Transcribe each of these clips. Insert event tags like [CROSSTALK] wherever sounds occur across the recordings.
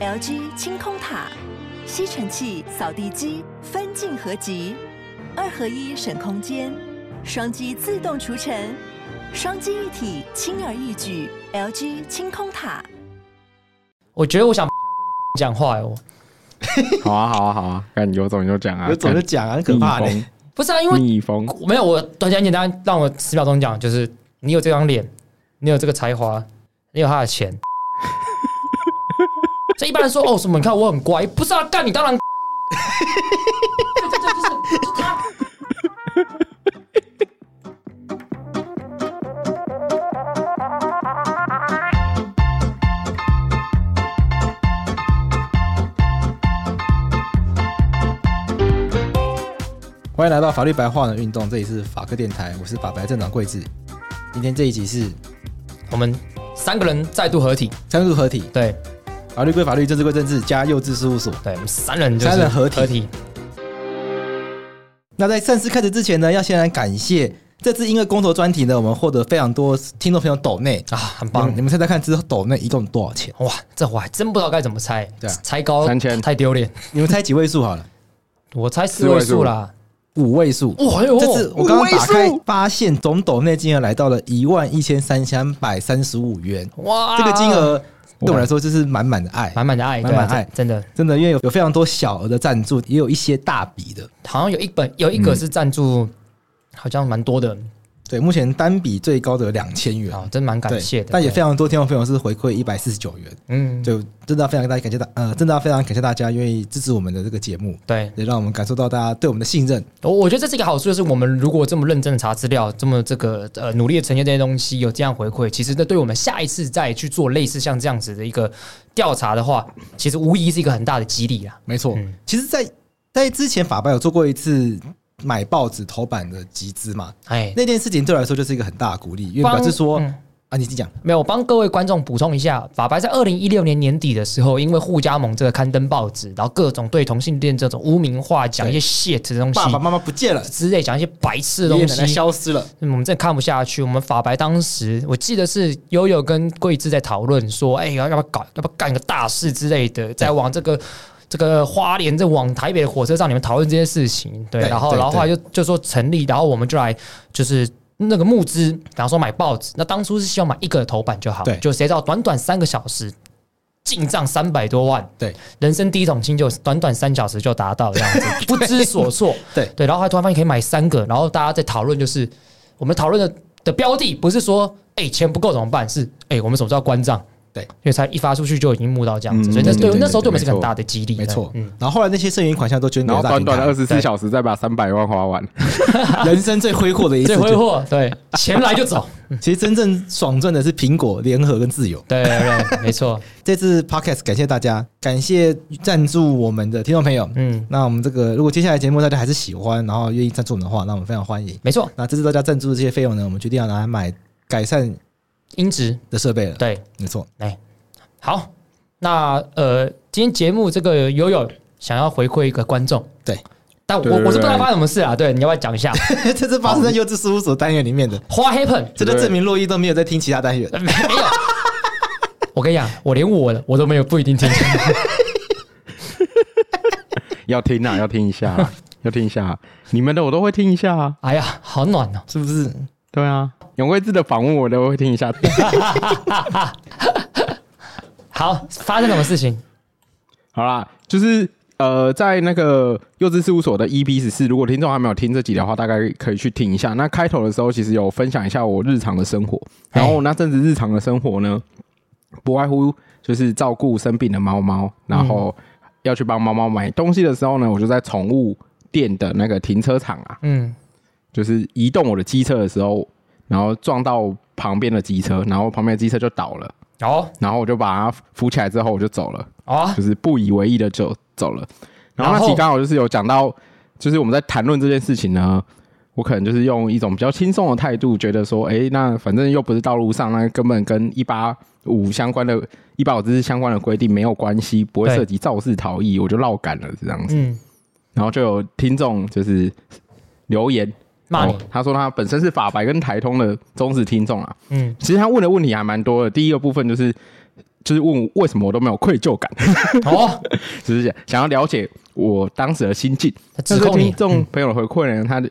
LG 清空塔、吸尘器、扫地机分镜合集，二合一省空间，双击自动除尘，双击一体轻而易举。LG 清空塔。我觉得我想讲话哦，好啊，好啊，好啊，看你有种你就讲啊，有种就讲啊，很可怕的、逆不是啊，因风，为逆风，我没有我短讲简单，让我十秒钟讲，就是你有这张脸，你有这个才华，你有他的钱。 [LAUGHS] 所以一般人说哦什么，你看我很乖，不是啊，干你当然， [LAUGHS] 就就就就是就是他。欢迎来到法律白话的运动，这里是法科电台，我是法白正长贵志。今天这一集是我们三个人再度合体，三入合体，对法律归法律，政治归政治，加幼稚事务所。对，我们三人就是三人合体合体，那在正式开始之前呢，要先来感谢这次因为公投专题呢，我们获得非常多听众朋友抖内啊，很你棒们你！们猜猜看，之后抖内一共多少钱？哇，这我还真不知道该怎么猜，对啊猜高三千太丢脸，你们猜几位数好了？我猜四位数啦。五位数。哇哎哟，这次我刚刚打开发现，总抖内金额来到了一万一千三三百三十五元，哇，这个金额对我来说就是满满的爱。满满的爱，满对啊满爱真真的，真的，因为有有非常多小额的赞助，也有一些大笔的。好像有一本有一嗯个是赞助，好像蛮多的对，目前单笔最高的两千元，啊，真蛮感对谢的。但也对非常多听众朋友是回馈一百四十九元，嗯，就真的要非常大家感谢大呃，真的要非常感谢大家愿意支持我们的这个节目，对，也让我们感受到大家对我们的信任。我我觉得这是一个好处，就是我们如果这么认真的查资料，这么这个呃努力的呈现这些东西，有这样回馈，其实这对我们下一次再去做类似像这样子的一个调查的话，其实无疑是一个很大的激励啊。没错，嗯其实在，在之前法白有做过一次买报纸头版的集资嘛，哎，那件事情对我来说就是一个很大的鼓励，因为帮表示说、嗯啊，你自己讲，没有，我帮各位观众补充一下，法白在二零一六年年底的时候，因为互加盟这个刊登报纸，然后各种对同性恋这种污名化，讲一些 shit 的东西爸爸妈妈不见了，之类，讲一些白痴的爷爷东奶奶西。消失了，嗯我们真的看不下去。我们法白当时，我记得是悠悠跟桂枝在讨论说，哎、要要不要搞，要不要干个大事之类的，再往这个这个花莲，再往台北的火车上，你们讨论这些事情。对，对然后对然后对后来就就说成立，然后我们就来就是。那个募资，比方说买报纸，那当初是希望买一个头版就好对，就谁知道短短三个小时进账三百多万，对，人生第一桶金就短短三小时就达到这样子，不知所措。对对，然后还突然发现可以买三个，然后大家在讨论，就是我们讨论的的标的不是说哎、钱不够怎么办，是哎、我们什么时候要关账？对因为才一发出去就已经募到这样子，嗯所以那对对对那时候对对我们是没个很错大的激励。没错。嗯，然后后来那些剩余款项都捐给然后大短平短的台二，十四小时再把三百万花完， [LAUGHS] [LAUGHS] 人生最挥霍的一次最就。挥霍，对，钱来就走，其实真正爽赚的是苹果、联合跟自由。对对对，没错，这次 podcast 感谢大家，感谢赞助我们的听众朋友。嗯，那我们这个如果接下来节目大家还是喜欢，然后愿意赞助我们的话，那我们非常欢迎。没错，那这次大家赞助的这些费用呢，我们决定要拿来买改善音质的设备了。对，没错， [LAUGHS] 好，那呃，今天节目这个悠悠想要回馈一个观众，对，但我对对我是不知道对发生什么事啊，对，你要不要讲一下这是发生在幼稚事务所单元里面的，花 happen？这就证明洛伊都没有在听其他单元。没有。我跟你讲，我连我的我都没有不一定听。 [LAUGHS] 要听啊，要听一下啊， [LAUGHS] 要听一下啊，你们的我都会听一下啊，哎呀，好暖哦！是不 [LAUGHS] 是？对啊，永贵志的访问我都会听一下。 [LAUGHS] 好，发生什么事情？好啦，就是呃，在那个幼稚事务所的 EP 十四，如果听众还没有听这集的话，大概可以去听一下。那开头的时候，其实有分享一下我日常的生活，哎然后那阵子日常的生活呢，不外乎就是照顾生病的猫猫，然后要去帮猫猫买东西的时候呢，我就在宠物店的那个停车场啊，嗯，就是移动我的机车的时候，然后撞到旁边的机车，然后旁边的机车就倒了，哦然后我就把它扶起来之后，我就走了。 [LAUGHS] 哦，就是不以为意的就走了。然然后那后期刚好就是有讲到，就是我们在谈论这件事情呢，我可能就是用一种比较轻松的态度，觉得说，哎，那反正又不是道路上，那根本跟一八五相关的、一八五知识相关的规定没有关系，不会对涉及肇事逃逸，我就绕杆了这样子。嗯，然后就有听众就是留言骂你哦，他说他本身是法白跟台通的忠实听众啊，嗯其实他问的问题还蛮多的。第一个部分就是就是问我为什么我都没有愧疚感， [LAUGHS] 哦， [LAUGHS] 只是想想要了解我当时的心境。他指那这控听你，众朋友的回馈呢，他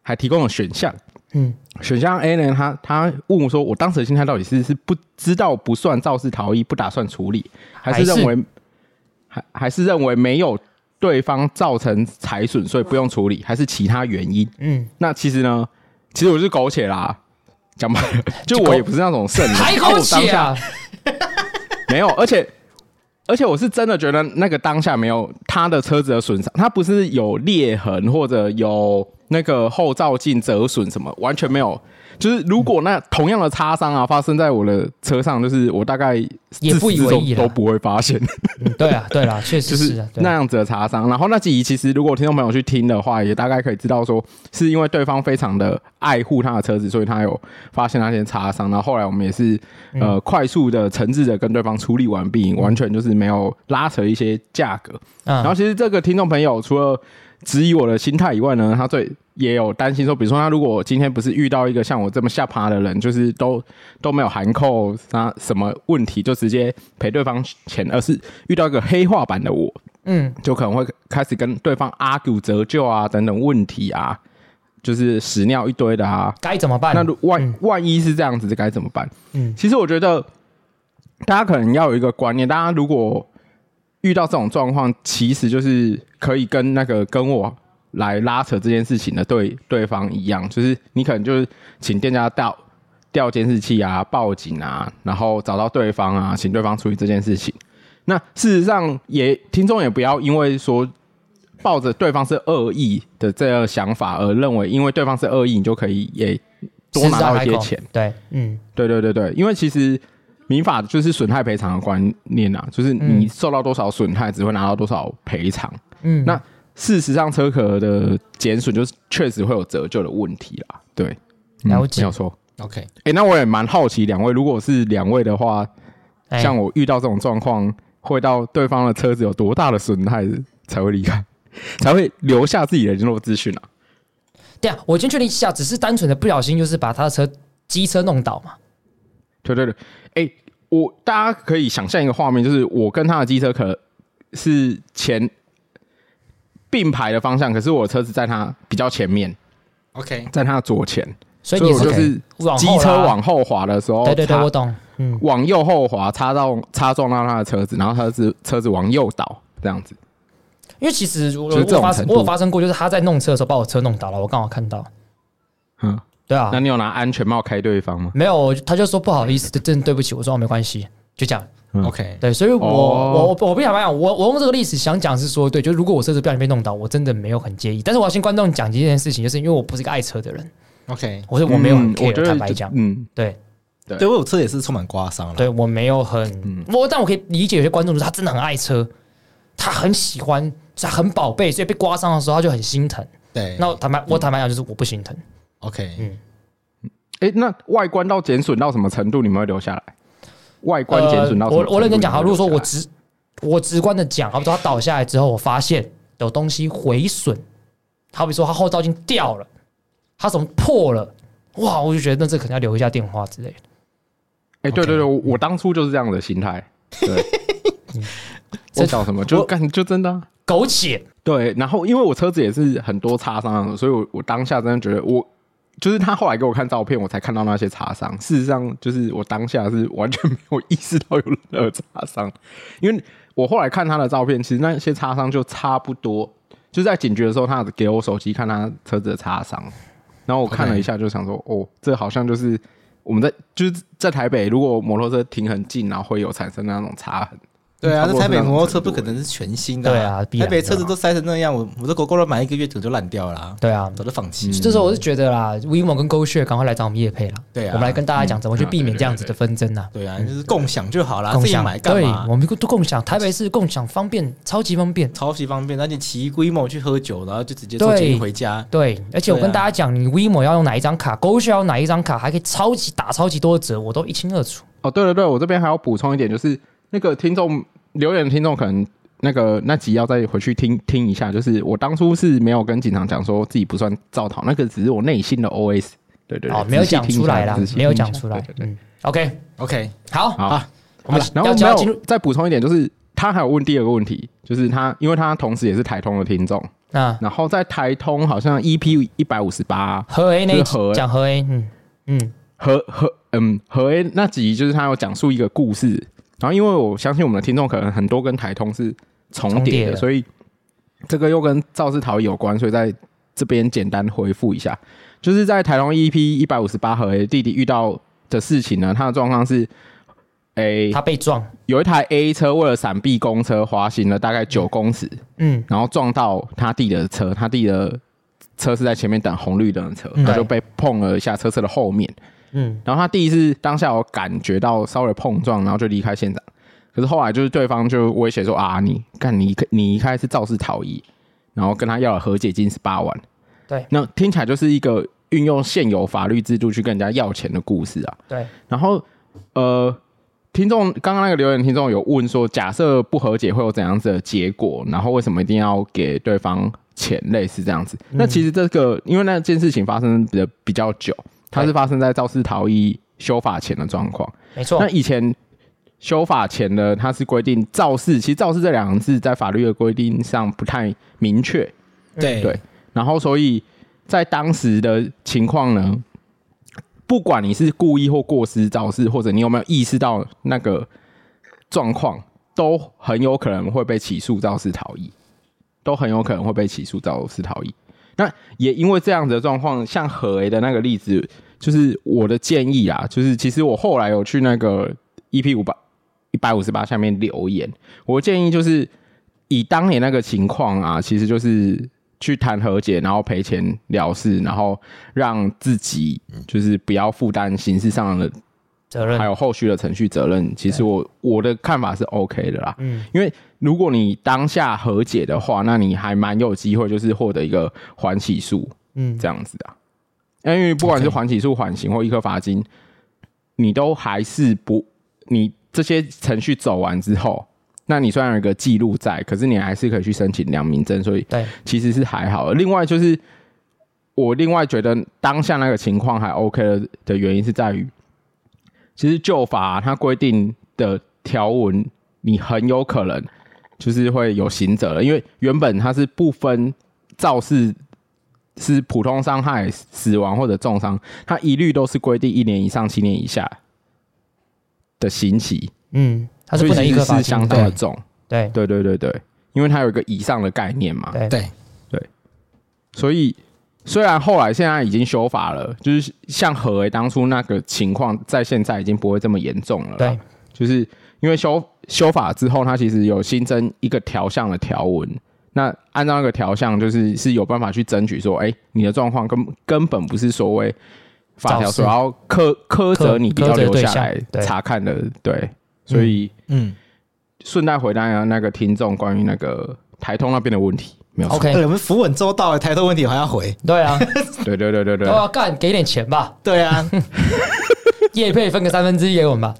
还提供了选项，嗯，选项 A 呢，他他问我说，我当时的心态到底是是不知道不算肇事逃逸，不打算处理，还是还是认为还还是认为没有对方造成财损，所以不用处理，还是其他原因？嗯，那其实呢，其实我是苟且啦。讲白 [LAUGHS] 了，就就苟我也不是那种圣人，还啊口我当气下啊，没有，而且而且我是真的觉得那个当下没有他的车子的损伤，他不是有裂痕或者有那个后照镜折损什么，完全没有。就是如果那同样的擦伤啊发生在我的车上，就是我大概也不以为意自始至啦终都不会发现，嗯对啊，对啦，确实就是是啊，对那样子的擦伤。然后那集其实如果听众朋友去听的话，也大概可以知道说，是因为对方非常的爱护他的车子，所以他有发现那些擦伤。然后后来我们也是嗯呃，快速的、诚挚的跟对方处理完毕，完全就是没有拉扯一些价格。然后嗯，其实这个听众朋友除了质疑我的心态以外呢，他最也有担心说，比如说他如果今天不是遇到一个像我这么下趴的人，就是都都没有含扣他什么问题，就直接赔对方钱，而是遇到一个黑化版的我，嗯，就可能会开始跟对方 argue 折旧啊等等问题啊，就是屎尿一堆的啊，该怎么办？那如万、嗯万一是这样子，该怎么办？嗯嗯，其实我觉得大家可能要有一个观念，大家如果遇到这种状况，其实就是可以跟那个跟我来拉扯这件事情的对对方一样，就是你可能就是请店家调调监视器啊、报警啊，然后找到对方啊，请对方处理这件事情。那事实上也，听众也不要因为说抱着对方是恶意的这个想法而认为，因为对方是恶意，你就可以也多拿到狮一子些大开口钱。，对，嗯，对对对对，因为其实民法就是损害赔偿的观念啊，就是你嗯受到多少损害，只会拿到多少赔偿。嗯，那事实上，车壳的减损就是确实会有折旧的问题啦。对，嗯了解没有错。 OK，哎、那我也蛮好奇，两位如果是两位的话，哎像我遇到这种状况，会到对方的车子有多大的损害才会离开，才会留下自己的联络资讯啊？对啊，我先确定一下，只是单纯的不小心就是把他的车机车弄倒嘛，对对对，哎、我大家可以想象一个画面，就是我跟他的机车可是前并排的方向，可是我的车子在他比较前面， OK，在他的左前，所以所以你是我就是往后机啦车往后滑的时候，对对对，擦我懂，嗯，往右后滑擦到擦撞到他的车子，然后他的车车子往右倒，这样子。因为其实我就我是这种有发程度我有发生过，就是他在弄车的时候把我车弄倒了，我刚好看到，嗯，对啊那，你有拿安全帽开对方吗？没有，我就他就说不好意思，对真的对不起，我说哦没关系，就这样，嗯 OK，对，所以我、哦我我我不想讲，我我用这个例子想讲是说，对，就如果我车子不小心被弄倒，我真的没有很介意，但是我要先观众讲一件事情，就是因为我不是一个爱车的人， OK，我是我没有很嗯我 care，、觉得坦白就讲，嗯，对。对对我有车也是充满刮伤了。对我没有很，嗯我但我可以理解有些观众就是他真的很爱车，他很喜欢，他很宝贝，所以被刮伤的时候他就很心疼。对，那我坦白，我坦白讲就是我不心疼， OK，嗯，哎、那外观到减损到什么程度，你们会留下来？外观减损到呃什我么程度我认真讲哈，你如们果会说我留下来直我直观的讲，好比说他倒下来之后，我发现有东西毁损，啊好比说他后照镜掉了，他什么破了，哇，我就觉得那这可能要留一下电话之类的。哎、对对对，我我当初就是这样的心态， [LAUGHS] 对，我讲什么就我干就真的啊、苟且，对，然后因为我车子也是很多擦伤的，所以我我当下真的觉得我。就是他后来给我看照片，我才看到那些擦伤。事实上，就是我当下是完全没有意识到有任何擦伤，因为我后来看他的照片，其实那些擦伤就差不多。就是在警局的时候，他给我手机看他车子的擦伤，然后我看了一下，就想说，哦，这好像就是我们在就是在台北，如果摩托车停很近，然后会有产生那种擦痕。对嗯差啊，不多那台是北那种摩托车程不度可能是全新的、对啊必台然北的车子啊都塞成那样，我我的狗狗肉买一个月可能就烂掉了啊、对啊，早就放弃了。这时候我是觉得啦，vivo 跟 GoShare 赶快来找我们叶配啦。对啊我们来跟大家讲怎么去避免嗯这样子的纷争呐。对啊，就是共享就好啦，共啊自己享买，干对嘛，我？们都共享，台北市共享方便，超级方便。超级方便，而且骑 WeMo 去喝酒，然后就直接坐对捷运回家。对，而且我对啊跟大家讲，你 vivo 要用哪一张卡，GoShare 要用哪一张卡，还可以超级打超级多折，我都一清二楚。哦，对对对，我这边还要补充一点，就是那个听众留言的听众可能那个那集要再回去听听一下，就是我当初是没有跟警察讲说自己不算造逃，那个只是我内心的 OS。对对对，哦好，没有仔细讲听一出下来啦仔细，听没有一下讲出来对对。对嗯，OK， OK，啊好，好，我们然要后就没要进入有再补充一点，就是他还有问第二个问题，就是他因为他同时也是台通的听众，啊，然后在台通好像 EP 一百五十八合 A 那一就是集合 A 讲合 A，嗯嗯，和和嗯和 A 那集，就是他有讲述一个故事，然后因为我相信我们的听众可能很多跟台通是重重叠叠的，的所以这个又跟赵世桃有关，所以在这边简单回复一下，就是在台通 EP 一百五十八和 A 弟弟遇到的事情呢，他的状况是，诶、他被撞，有一台 A 车为了闪避公车滑行了大概九公尺，嗯，然后撞到他弟的车，他弟的车是在前面等红绿灯的车，嗯他就被碰了一下车车的后面，嗯，然后他弟是当下有感觉到稍微碰撞，然后就离开现场。可是后来就是对方就威胁说啊，你看你你一开始肇事逃逸，然后跟他要了和解金十八万。对那听起来就是一个运用现有法律制度去跟人家要钱的故事啊。对，然后呃，听众刚刚那个留言听众有问说，假设不和解会有怎样子的结果？然后为什么一定要给对方钱？类似这样子。那其实这个因为那件事情发生的比较久，它是发生在肇事逃逸修法前的状况。没错那，以前修法前呢，它是规定肇事，其实肇事这两个字在法律的规定上不太明确。对对然后所以在当时的情况呢，不管你是故意或过失肇事，或者你有没有意识到那个状况，都很有可能会被起诉肇事逃逸，都很有可能会被起诉肇事逃逸。那也因为这样子的状况，像何 A 的那个例子，就是我的建议啊，就是其实我后来有去那个 EP 五百一百五十八下面留言，我建议就是以当年那个情况啊，其实就是去谈和解，然后赔钱了事，然后让自己就是不要负担刑事上的责还任，有后续的程序责任。其实我我的看法是 OK 的啦，嗯，因为如果你当下和解的话，那你还蛮有机会就是获得一个缓起诉嗯，这样子的啊。因为不管是缓起诉、缓刑或一颗罚金，你都还是不，你这些程序走完之后，那你虽然有一个记录在，可是你还是可以去申请良民证，所以对，其实是还好的。另外就是我另外觉得当下那个情况还 OK 的的原因是在于，其实旧法啊、它规定的条文，你很有可能就是会有刑责了，因为原本它是不分肇事。是普通伤害、死亡或者重伤，它一律都是规定一年以上七年以下的刑期，嗯，他是所以不能其一实个罚是金相的，当的重。对对对对对，因为它有一个以上的概念嘛。对对，对所以虽然后来现在已经修法了，就是像何为当初那个情况，在现在已经不会这么严重了啦。对，就是因为修修法之后，它其实有新增一个条项的条文。那按照那个条项，就是是有办法去争取说，哎、你的状况根根本不是所谓法条肇事所要苛苛责你苛要苛责留对下象来对查看的，对，所以嗯，顺带回答那个听众关于那个台通那边的问题，没有错 [LAUGHS] OK 啊对，哎我们服很周到，抬头问题我还要回。对啊，对对对对对都，要干，给点钱吧，[LAUGHS] 对啊，业配分个三分之一给我们吧。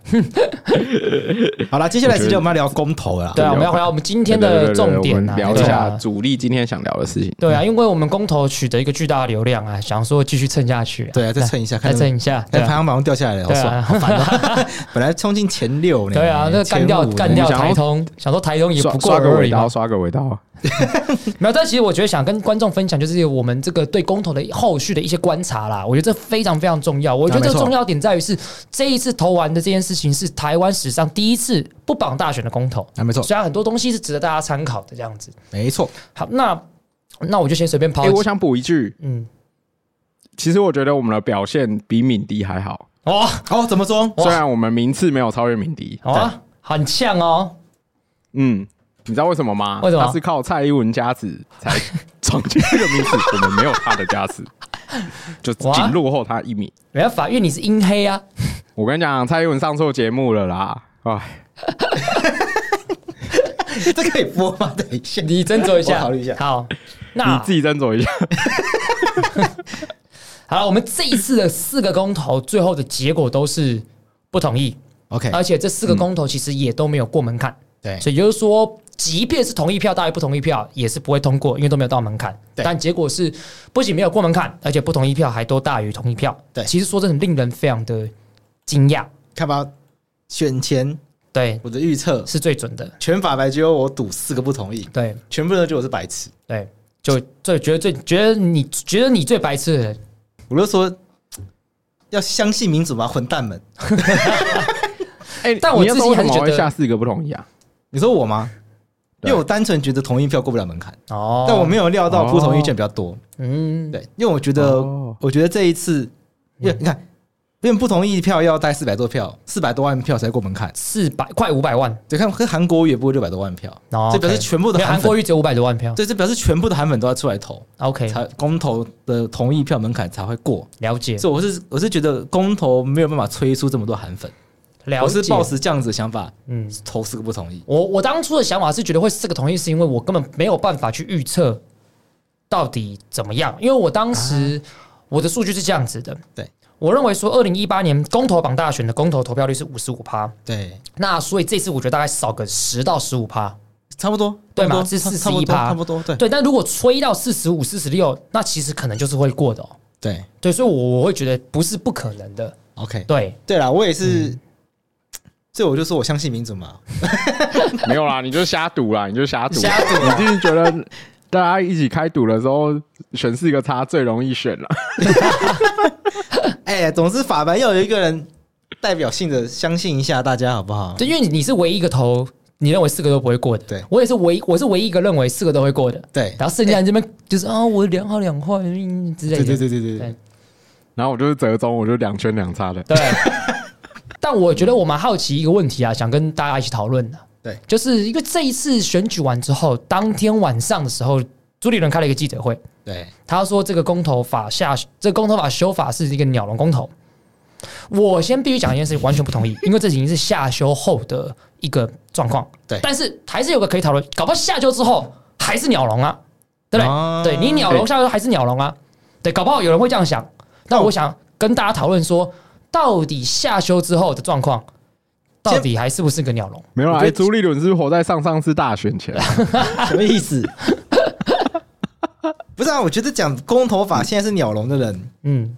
好了，接下来时间我们要聊公投了啦。对啊，我们要回到我们今天的重点啊，对对对对我们聊对一啊下主力今天想聊的事情。嗯对啊，因为我们公投取得一个巨大的流量啊，想说继续蹭下去啊、对啊，再蹭一下，再看蹭一下，对哎，排啊，行榜掉下来了，好对爽，啊好烦啊！ [LAUGHS] 本来冲进前六呢，对啊，那个哎前干掉五呢干掉我们想台要通，想说台通也刷不过刷个而尾已刀，嘛。刷个尾刀，没有，但其实我觉得想跟观众分享，就是我们这个对公投的后续的一些观察啦。我觉得这非常非常重要。我觉得这没个错重要点在于是这一次投完的这件事情是台湾史上第一次不绑大选的公投，啊，没错，虽然很多东西是值得大家参考的这样子。没错，好，那那我就先随便抛哎、一我个，想补一句，嗯，其实我觉得我们的表现比敏迪还好，哦，哦，怎么说？哇虽然我们名次没有超越敏迪。好啊，很呛哦。嗯，你知道为什么吗？为什么他是靠蔡英文加持才闯进这个名次，我们没有他的加 [LAUGHS] 持，就哇仅落后他一米。没办法，因为你是阴黑啊。我跟你讲，蔡英文上错节目了啦！哎，这可以播吗？等一下，你斟酌一下，我考虑一下好，你那自己斟酌一下。好了，我们这一次的四个公投最后的结果都是不同意， OK，而且这四个公投其实也都没有过门槛，对所以啊就是说，即便是同意票大于不同意票，也是不会通过，因为都没有到门槛。对但结果是不仅没有过门槛，而且不同意票还都大于同意票。对其实说真的，令人非常的惊讶。看吧，选前对，我的预测是最准的。全法白纠，我赌四个不同意，对全部人都觉得我是白痴。对，就最觉得最觉得你觉得你最白痴的人，我就说要相信民主吧，混蛋们！哎，但我你那时自己候还是为什么觉得会下四个不同意啊？你说我吗？因对为我单纯觉得同意票过不了门槛，哦，但我没有料到不同意见比较多。嗯，对，因为我觉得哦，我觉得这一次，因为你看，因为不同意票要带四百多票，四百多万票才过门槛。四百快五百万，对，看跟韩国瑜也不过六百多万票，哦，这表示 OK 全部的没有韩韩粉国，瑜只有五百多万票对，这表示全部的韩粉都要出来投， ，OK，才公投的同意票门槛才会过。了解，所以我是我是觉得公投没有办法催出这么多韩粉，了我解是，抱持这样子的想法，嗯，投四个不同意。我我当初的想法是觉得会四个同意，是因为我根本没有办法去预测到底怎么样，因为我当时我的数据是这样子的，对我认为说二零一八年公投榜大选的公投投票率是五十五趴，对，那所以这次我觉得大概少个十到十五趴，差不多，对嘛差不多是差41差不多趴差不多，对对，但如果吹到四十五、四十六，那其实可能就是会过的、哦，对对，所以我我会觉得不是不可能的， ，OK，对，对啦，我也是，所以我就说我相信民主嘛， [LAUGHS] 没有啦，你就瞎赌啦，你就瞎赌，啊瞎赌你就是觉得大家一起开赌的时候选四个叉最容易选了。哎、总之法白要有一个人代表性的相信一下大家好不好？对，因为你你是唯一一个投，你认为四个都不会过的，对我也是唯一我是唯一一个认为四个都会过的，对然后剩下你这边就是啊，我两好两坏嗯之类的，对对对对对对对，然后我就是折中，我就两圈两叉的。对但我觉得我蛮好奇一个问题啊，想跟大家一起讨论的，对，就是因为这一次选举完之后，当天晚上的时候，朱立伦开了一个记者会，对，他说这个公投法下，这个公投法修法是一个鸟笼公投。我先必须讲一件事情，完全不同意，因为这已经是下修后的一个状况。对但是还是有个可以讨论，搞不好下修之后还是鸟笼啊，对不对？啊对你鸟笼下修还是鸟笼啊，对，搞不好有人会这样想。那我想跟大家讨论说，到底下修之后的状况，先到底还是不是个鸟笼？没有啦，我哎觉得朱立伦是不是活在上上次大选 [LAUGHS] 前，啊什么意思？ [LAUGHS] 不是啊，我觉得讲公投法现在是鸟笼的人，嗯，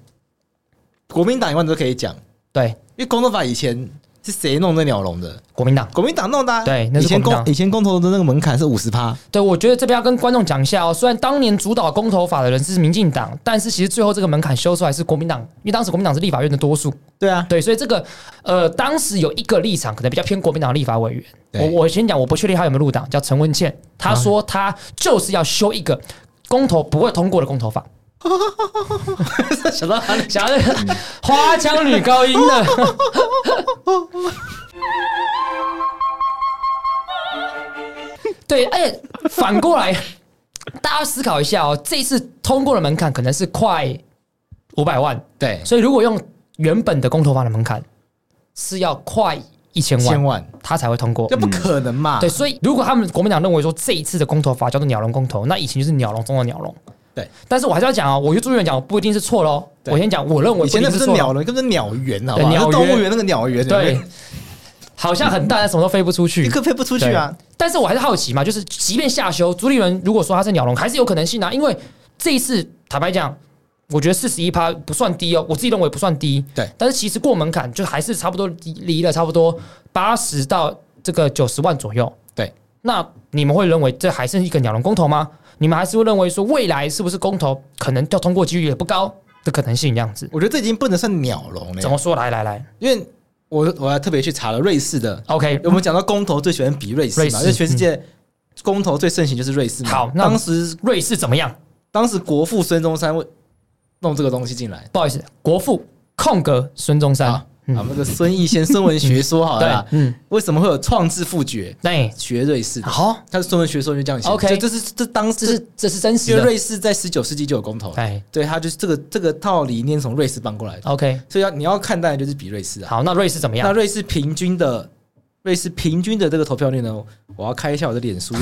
国民党以外都可以讲，对，因为公投法以前是谁弄的鸟笼的？国民党。国民党弄的、啊，对那以是前国民党公以前公投的那个门槛是五十趴，对，我觉得这边要跟观众讲一下哦，虽然当年主导公投法的人是民进党，但是其实最后这个门槛修出来是国民党，因为当时国民党是立法院的多数，对啊，对，所以这个呃，当时有一个立场可能比较偏国民党的立法委员，对啊我我先讲，我不确定他有没有入党，叫陈文茜，他说他就是要修一个公投不会通过的公投 [LAUGHS] 法，想到他想要那个花腔女高音 [LAUGHS] 的，对，而且反过来，大家思考一下哦，这一次通过的门槛可能是快五百万，对所以如果用原本的公投法的门槛是要快一千千万，万，它才会通过这。不可能嘛？对，所以如果他们国民党认为说这一次的公投法叫做鸟笼公投，那以前就是鸟笼中的鸟笼。对，但是我还是要讲啊、我觉得朱元讲不一定是错喽。对我先讲，我认为以前那不不一定错是咯鸟笼，根本是鸟园，好不对好？鸟是园动物园那个鸟园，对，好像很大，但什么都飞不出你去。可飞不出去啊。但是我还是好奇嘛，就是即便下修，朱立伦如果说他是鸟笼，还是有可能性啊，因为这一次坦白讲。我觉得四十一趴不算低哦，我自己认为不算低。对，但是其实过门槛就还是差不多离离了差不多八十到这个九十万左右。对，那你们会认为这还是一个鸟笼公投吗？你们还是会认为说未来是不是公投可能要通过几率也不高的可能性这样子？我觉得这已经不能算鸟笼怎了，么说？来来来因为我我还特别去查了瑞士的， ，OK，我们讲到公投最喜欢比瑞士瑞嘛，士嗯因为全世界公投最盛行就是瑞士嘛。好那当时瑞士怎么样？当时国父孙中山为弄这个东西进来，不好意思，国父空格孙中山。好，我们的孙逸仙、孙文学说啊好了啦，嗯，为什么会有创制复决？对，学瑞士的，好，他是孙文学说就这样写的。 OK 这这是这当这时是这是真实因为的。瑞士在十九世纪就有公投了，哎对，他就是这个这个套理念从瑞士搬过来的， ，OK，所以要你要看待的就是比瑞士啊。好，那瑞士怎么那样？瑞士平均的瑞士平均的这个投票率呢？我要开一下我的脸书，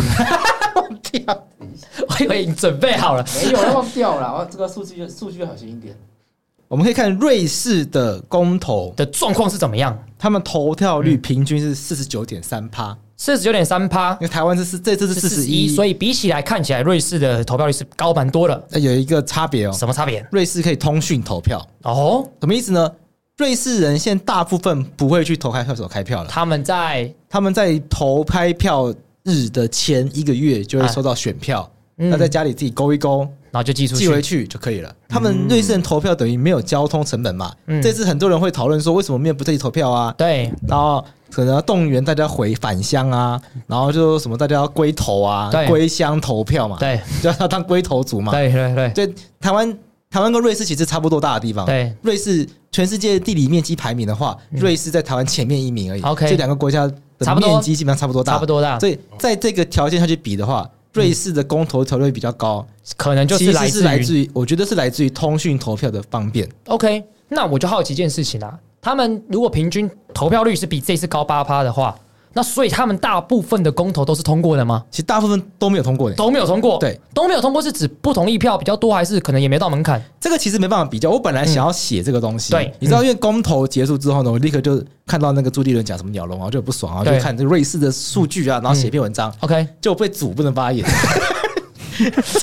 我以 [LAUGHS] 为你准备好了。没有忘掉了，我哦这个数据数据要小心一点。 [LAUGHS] 我们可以看瑞士的公投，的状况是怎么样？他们投票率平均是四十九点三趴，四十九点三趴因，为台湾是四这次是四十一，所以以比起来看起来瑞士的投票率是高蛮多的。哎有一个差别哦。什么差别？瑞士可以通讯投票，哦，什么意思呢？瑞士人现在大部分不会去投开票所开票了，他们在他们在投开票日的前一个月就会收到选票，哎嗯那在家里自己勾一勾，然后就寄出寄回去，去就可以了。他们瑞士人投票等于没有交通成本嘛？嗯这次很多人会讨论说，为什么没有不自己投票啊？对，然后可能要动员大家回返乡啊，然后就说什么大家要归投啊对，归乡投票嘛，对，就要当归投族嘛。对，对，对，对，台湾台湾跟瑞士其实差不多大的地方。对，瑞士全世界地理面积排名的话，瑞士在台湾前面一名而已。嗯 OK 这两个国家差的不多面积基本上差不多大，差不多啦，所以在这个条件下去比的话，瑞士的公投投票率比较高，可能就其是实来是自来于自于，我觉得是来自于通讯投票的方便。 OK，那我就好奇一件事情啊，他们如果平均投票率是比这次高八趴的话，那所以他们大部分的公投都是通过的吗？其实大部分都没有通过的，都没有通过，对，都没有通过是指不同意票比较多，还是可能也没到门槛？这个其实没办法比较。我本来想要写这个东西，嗯对你知道，因为公投结束之后呢，我立刻就看到那个朱立伦讲什么鸟笼啊，我就很不爽啊，对嗯就看这个瑞士的数据啊，然后写一篇文章， OK，就被阻不能发言， [LAUGHS]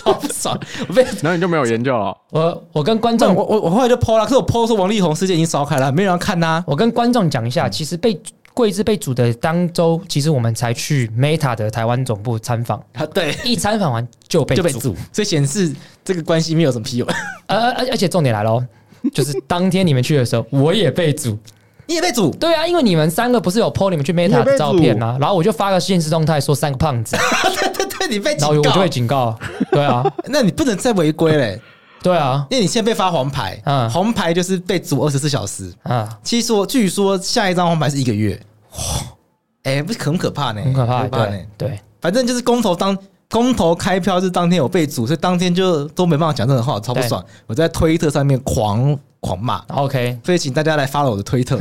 超不爽，我被。然后你就没有研究了。我我跟观那众我我我后来就 PO 了，可是我 PO 说王力宏事件已经烧开了，没有人要看呐、我跟观众讲一嗯下，其实被桂枝被煮的当周，其实我们才去 Meta 的台湾总部参访， [LAUGHS] 啊，对，一参访完就被就被煮阻，所以显示这个关系没有什么屁用。呃，而而而且重点来喽，就是当天你们去的时候，我也被煮。 [LAUGHS] 你也被阻，对啊，因为你们三个不是有 PO 你们去你 Meta 也被的照片吗？然后我就发个现实动态说三个胖 [LAUGHS] 子，对 [LAUGHS] 对对，你被然警后我就告会，警告。对啊，那你不能再违规嘞，对啊，因为你现在被发黄 [LAUGHS] 牌，嗯红牌就是被阻二十四小时。啊，其实说，据说下一张黄牌是一个月，哇，哎，不是很可怕呢，很可怕。很可怕呢对。对，反正就是公投当公投开票是当天有被阻，所以当天就都没办法讲任何话，我超不爽。我在推特上面狂狂骂， OK，所以请大家来 follow 我的推特，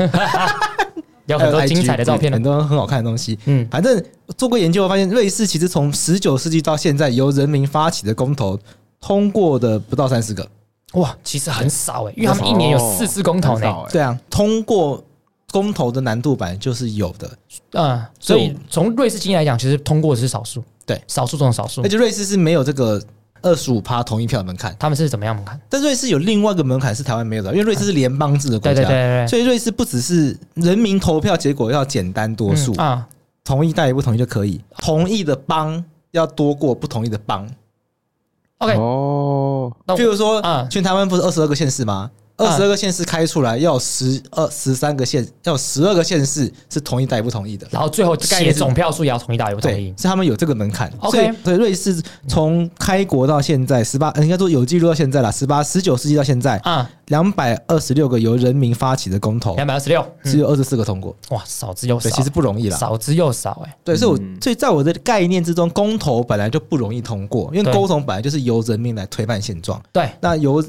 有很还多 IG 精彩的照片很多很好看的东西。嗯反正做过研究，我发现瑞士其实从十九世纪到现在，由人民发起的公投通过的不到三十个。哇，其实很少哎，因为他们一年有四次公投很少呢。欸对啊，通过公投的难度本来就是有的，嗯，所以从瑞士经验来讲，其实通过的是少数，对，少数中的少数而。且瑞士是没有这个二十五趴同意票的门槛。他们是怎么样看？但瑞士有另外一个门槛是台湾没有的，因为瑞士是联邦制的国对家，对对对对，所以瑞士不只是人民投票结果要简单多数，嗯啊，同意大于不同意就可以，同意的邦要多过不同意的邦。 OK 嗯哦，那我譬如说，嗯全台湾不是二十二个县市吗？嗯二十二个县市开出来要十二十三个县，要十二个县市是同意大于不同意的。然后最后写总票数也要同意大于不同对意，。是他们有这个门槛。 OK 所以所以瑞士从开国到现在，十八呃应该说有记录到现在啦，十八十九世纪到现在，啊，两百二十六个由人民发起的公投，两百二十六，嗯只有二十四个通过，哇，少之又少对，，其实不容易啦。少之又少哎。对，所以我所以在我的概念之中，公投本来就不容易通过，因为对沟通本来就是由人民来推翻现状。对，那由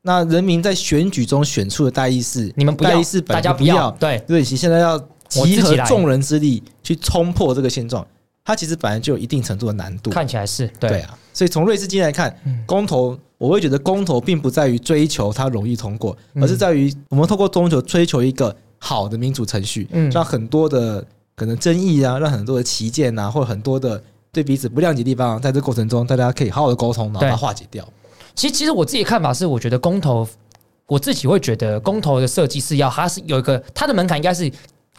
那人民在选举中选出的代议士，你们不代要议士，本大来家就不不要，对，对，其实现在要我自己集合来众人之力去冲破这个现状，它其实本来就有一定程度的难度。看起来是对对，嗯啊，所以从瑞士经验来看，公投，我会觉得公投并不在于追求它容易通过，嗯而是在于我们透过公投追求一个好的民主程序，嗯让很多的可能争议啊，让很多的旗舰啊，或者很多的对彼此不谅解的地方，在这过程中大家可以好好的沟通，然后对把它化解掉。其实其实我自己的看法是，我觉得公投，我自己会觉得公投的设计是要它是有一个它的门槛，应该是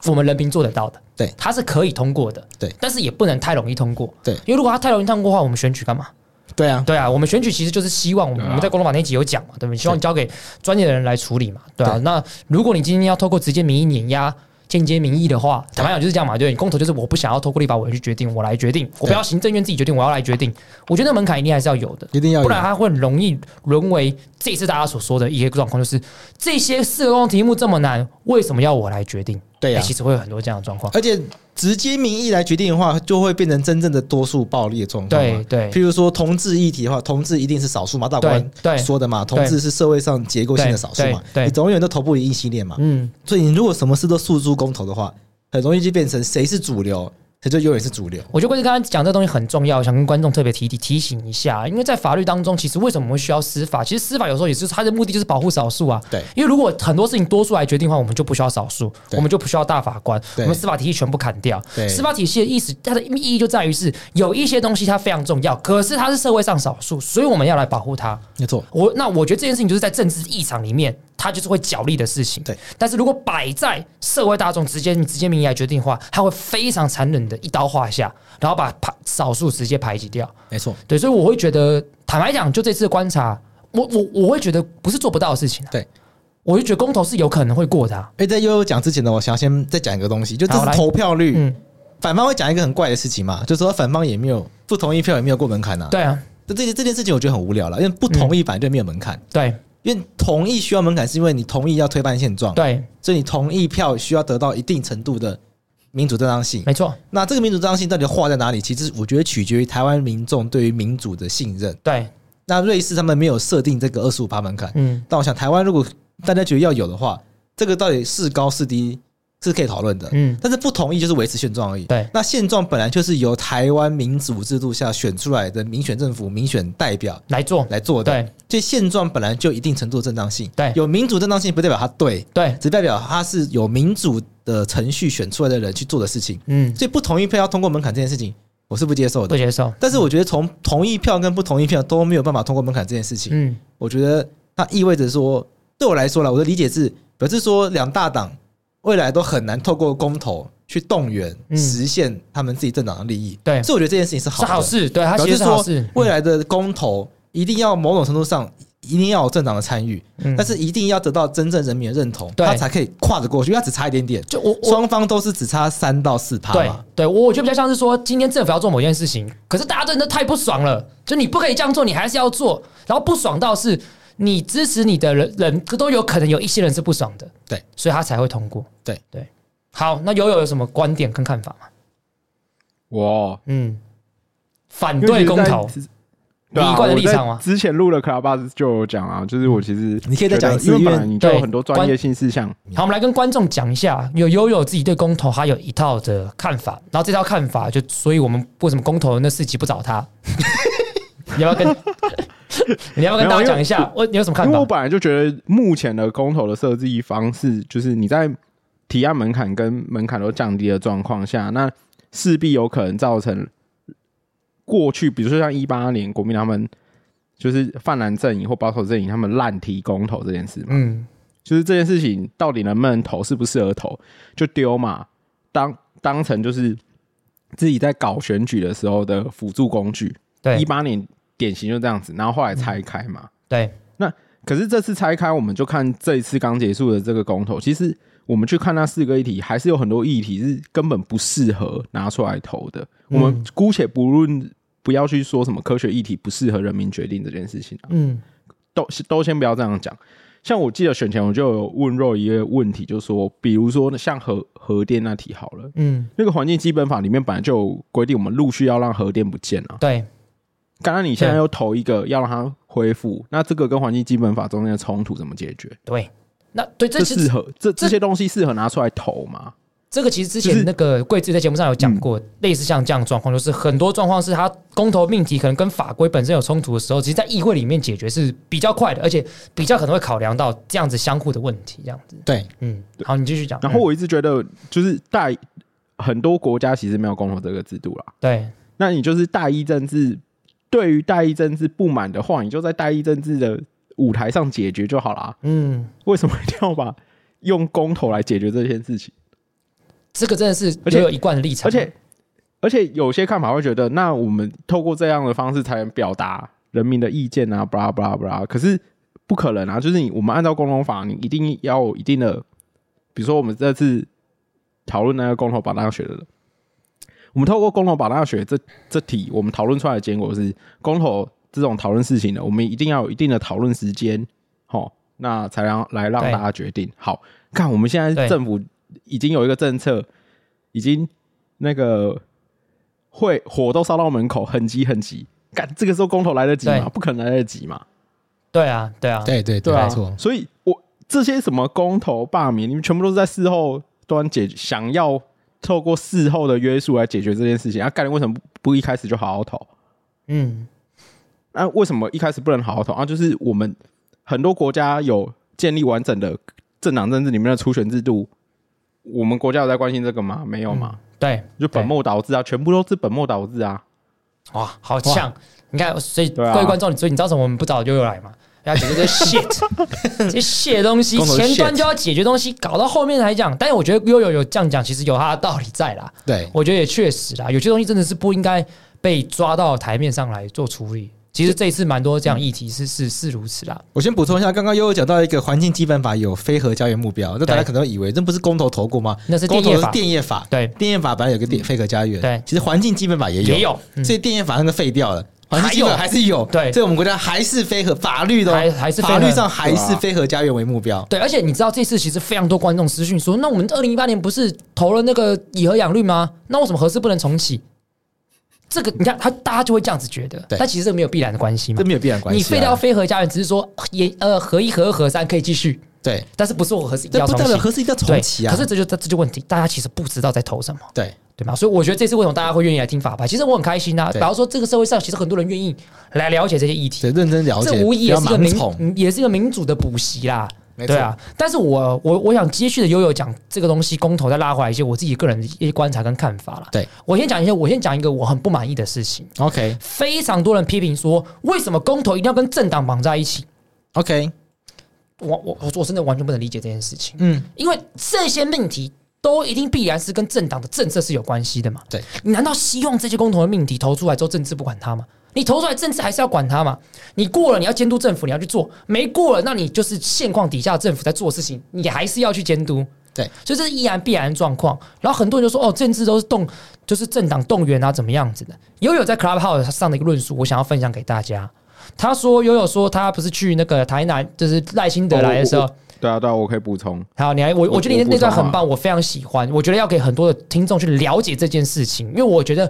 我们人民做得到的，对它是可以通过的，对，但是也不能太容易通过，对因为如果它太容易通过的话，我们选举干嘛？对啊，对啊，我们选举其实就是希望我们、对啊我们在公投法那一集有讲嘛，对不对？希望交给专业的人来处理嘛，对啊。那如果你今天要透过直接民意碾压。间接民意的话，坦白讲就是这样嘛，对，你公投就是我不想要透过立法委员去决定，我来决定，我不要行政院自己决定，我要来决定。我觉得那门槛一定还是要有的，一定要有不然它会很容易沦为这次大家所说的一个状况，就是这些四个公题目这么难，为什么要我来决定？对啊哎呃其实会有很多这样的状况。而且直接民意来决定的话，就会变成真正的多数暴力的状况嘛。对对譬如说同志议题的话，同志一定是少数嘛，大法官对对说的嘛，同志是社会上结构性的少数嘛对，对对你永远都头部一异性恋嘛，嗯，所以你如果什么事都诉诸公投的话，很容易就变成谁是主流，谁就永远是主流。我觉得关于刚刚讲这东西很重要，想跟观众特别提提提醒一下，因为在法律当中，其实为什么我们需要司法？其实司法有时候也是它的目的就是保护少数啊。对因为如果很多事情多数来决定的话，我们就不需要少数，啊对我们就不需要大法官，我对们司法体系全部砍掉。对司法体系的意思，它的意义就在于是有一些东西它非常重要，可是它是社会上少数，所以我们要来保护它。没错，我那我觉得这件事情就是在政治立场里面，它就是会角力的事情。对，但是如果摆在社会大众直接直接民意来决定的话，它会非常残忍的一刀划下，然后把排少数直接排挤掉。没错，对，所以我会觉得，坦白讲，就这次的观察，我我我会觉得不是做不到的事情、啊。对，我就觉得公投是有可能会过的、啊。哎，在悠悠讲之前呢，我想先再讲一个东西，就这好是来投票率，嗯，反方会讲一个很怪的事情嘛，就是说反方也没有不同意票也没有过门槛呐、啊。对嗯啊，这这件这件事情我觉得很无聊了，因为不同意本来就没有门槛，对因为同意需要门槛，是因为你同意要推翻现状，对，所以你同意票需要得到一定程度的民主正当性。没错，那这个民主正当性到底画在哪里？其实我觉得取决于台湾民众对于民主的信任。对，那瑞士他们没有设定这个二十五趴门槛，嗯，但我想台湾如果大家觉得要有的话，这个到底是高是低是可以讨论的。嗯但是不同意就是维持现状而已。对那现状本来就是由台湾民主制度下选出来的民选政府、民选代表来做，来做的。对所以现状本来就一定程度的正当性。对有民主正当性不代表它对，对，只代表它是有民主的程序选出来的人去做的事情。嗯，所以不同意票要通过门槛这件事情，我是不接受不的。接受，但是我觉得从同意票跟不同意票都没有办法通过门槛这件事情，嗯，我觉得它意味着说，对我来说啦，我的理解是，表示说两大党未来都很难透过公投去动员、嗯实现他们自己政党的利益。对所以我觉得这件事情是好是的，好事，对，它表其实示是好说事，嗯未来的公投一定要某种程度上一定要有政党的参与，嗯，但是一定要得到真正人民的认同，对它才可以跨得过去，因为它只差一点点。就我我双方都是只差三到四趴对嘛，对，我我觉得比较像是说，今天政府要做某件事情，可是大家真的太不爽了，就你不可以这样做，你还是要做，然后不爽到是你支持你的人人都有可能有一些人是不爽的，对，所以他才会通过，对对。好，那友友有什么观点跟看法吗？我嗯，反对公投，你对啊，一贯的我立场吗在之前录了 Clubhouse 就有讲啊，就是我其实你可以再讲一次觉得因因为为本来你就有对很多专业性事项，好，我们来跟观众讲一下，有悠悠自己对公投还有一套的看法，然后这套看法就，所以我们为什么公投那四集不找他？ [LAUGHS] 你要不要跟 [LAUGHS] 你要不要跟大家讲一下，我你有什么看因为我法？本来就觉得目前的公投的设计方式，就是你在提案门槛跟门槛都降低的状况下，那势必有可能造成过去，比如说像一八年国民党他们就是泛蓝阵营或保守阵营他们滥提公投这件事嘛，嗯，就是这件事情到底能不能投，适不适合投，就丢嘛，当当成就是自己在搞选举的时候的辅助工具。一对八年典型就这样子，然后后来拆开嘛。对，可是这次拆开，我们就看这一次刚结束的这个公投，其实我们去看那四个议题，还是有很多议题是根本不适合拿出来投的。我们姑且不论，不要去说什么科学议题不适合人民决定这件事情啊，嗯都都先不要这样讲。像我记得选前我就有问肉一个问题，就说，比如说像核核电那题好了，嗯，那个环境基本法里面本来就有规定，我们陆续要让核电不见啊。对刚刚你现在对又投一个要让它恢复，那这个跟环境基本法中间的冲突怎么解决？对，那对这这其实适合这这这些东西适合拿出来投吗？这个其实之就前是嗯那个贵志在节目上有讲过，类似像这样的状况，就是很多状况是他公投命题可能跟法规本身有冲突的时候，其实在议会里面解决是比较快的，而且比较可能会考量到这样子相互的问题，这样子。对，嗯，好，你继续讲。然后我一直觉得，就是大很多国家其实没有公投这个制度啦。嗯对那你就是大一政治，对于大一政治不满的话，你就在大一政治的舞台上解决就好啦。嗯，为什么一定要把用公投来解决这件事情？这个真的是而且也有一贯的立场，而且而且有些看法会觉得，那我们透过这样的方式才能表达人民的意见啊，布拉布拉布拉。可是不可能啊，就是你我们按照公投法，你一定要有一定的，比如说我们这次讨论那个公投榜大学的，我们透过公投榜大学这这题，我们讨论出来的结果是公投这种讨论事情的，我们一定要有一定的讨论时间，好，那才让来让对大家决定。好，看我们现在对政府已经有一个政策，已经那个会火都烧到门口，很急很急。干，这个时候公投来得及吗？对不可能来得及嘛，对啊，对啊，对对对啊没错。。所以我这些什么公投、罢免，你们全部都是在事后端解决，想要透过事后的约束来解决这件事情。啊，干，你为什么不不一开始就好好投？嗯，那、为什么一开始不能好好投啊？就是我们很多国家有建立完整的政党政治里面的初选制度，我们国家有在关心这个吗？没有嘛，对，就本嗯对末倒置啊，全部都是本末倒置啊。哇，好像你看，所以各对啊位观众，所以你知道为什么我们不找悠悠来吗？要解决这 [LAUGHS] shit，这 shit 东西，公投前端 shit 就要解决东西，搞到后面来讲。但是我觉得悠悠有这样讲，其实有他的道理在啦。对，我觉得也确实啦，有些东西真的是不应该被抓到台面上来做处理。其实这一次蛮多这样议题是是是如此啦。我先补充一下，刚刚悠悠讲到一个环境基本法有非核家园目标，那大家对可能以为这不是公投投过吗？那是公电投业法电业法，对电业法本来有个电非核家园，对其实环境基本法也有，也有嗯所以电业法那个废掉了。环境基本法还还是有，对所以我们国家还是非核法律的哦，还还是非核法律上还是非核家园为目标，对，而且你知道这次其实非常多观众私讯说，那我们二零一八年不是投了那个以和养绿吗？那为什么核四不能重启？这个你看，他大家就会这样子觉得，对但其实这个没有必然的关系嘛这。没有必然关系啊。你废掉非核家园，只是说也呃合一、合二、合三可以继续，对，但是不是我合四一定这要不重代表启？核适一定要重对，启啊。可是这就这就问题，大家其实不知道在投什么。对，对吧？所以我觉得这次为什么大家会愿意来听法拍，其实我很开心啊。比对方说，这个社会上其实很多人愿意来了解这些议题得，认真了解，这无疑也是一个不要盲民，从。嗯也是一个民主的补习啦。没错对啊，但是我我我想接续的悠悠讲这个东西，公投再拉回来一些我自己个人的一些观察跟看法啦。对我先讲一些，我先讲一个我很不满意的事情， OK 非常多人批评说，为什么公投一定要跟政党绑在一起？ OK，我我我我真的完全不能理解这件事情。嗯，因为这些命题都一定必然是跟政党的政策是有关系的嘛。对，你难道希望这些公投的命题投出来之后，政治不管它吗？你投出来，政治还是要管它嘛？你过了，你要监督政府，你要去做；没过了，那你就是现况底下政府在做事情，你还是要去监督。对，所以这是依然必然的状况。然后很多人就说，哦，政治都是动，就是政党动员啊，怎么样子的。悠悠在 Clubhouse 上的一个论述，我想要分享给大家。他说，悠悠说他不是去那个台南，就是赖清德来的时候，哦我我对啊，对啊，我可以补充。好，你来，我我我觉得你我那段补充啊很棒，我非常喜欢。我觉得要给很多的听众去了解这件事情，因为我觉得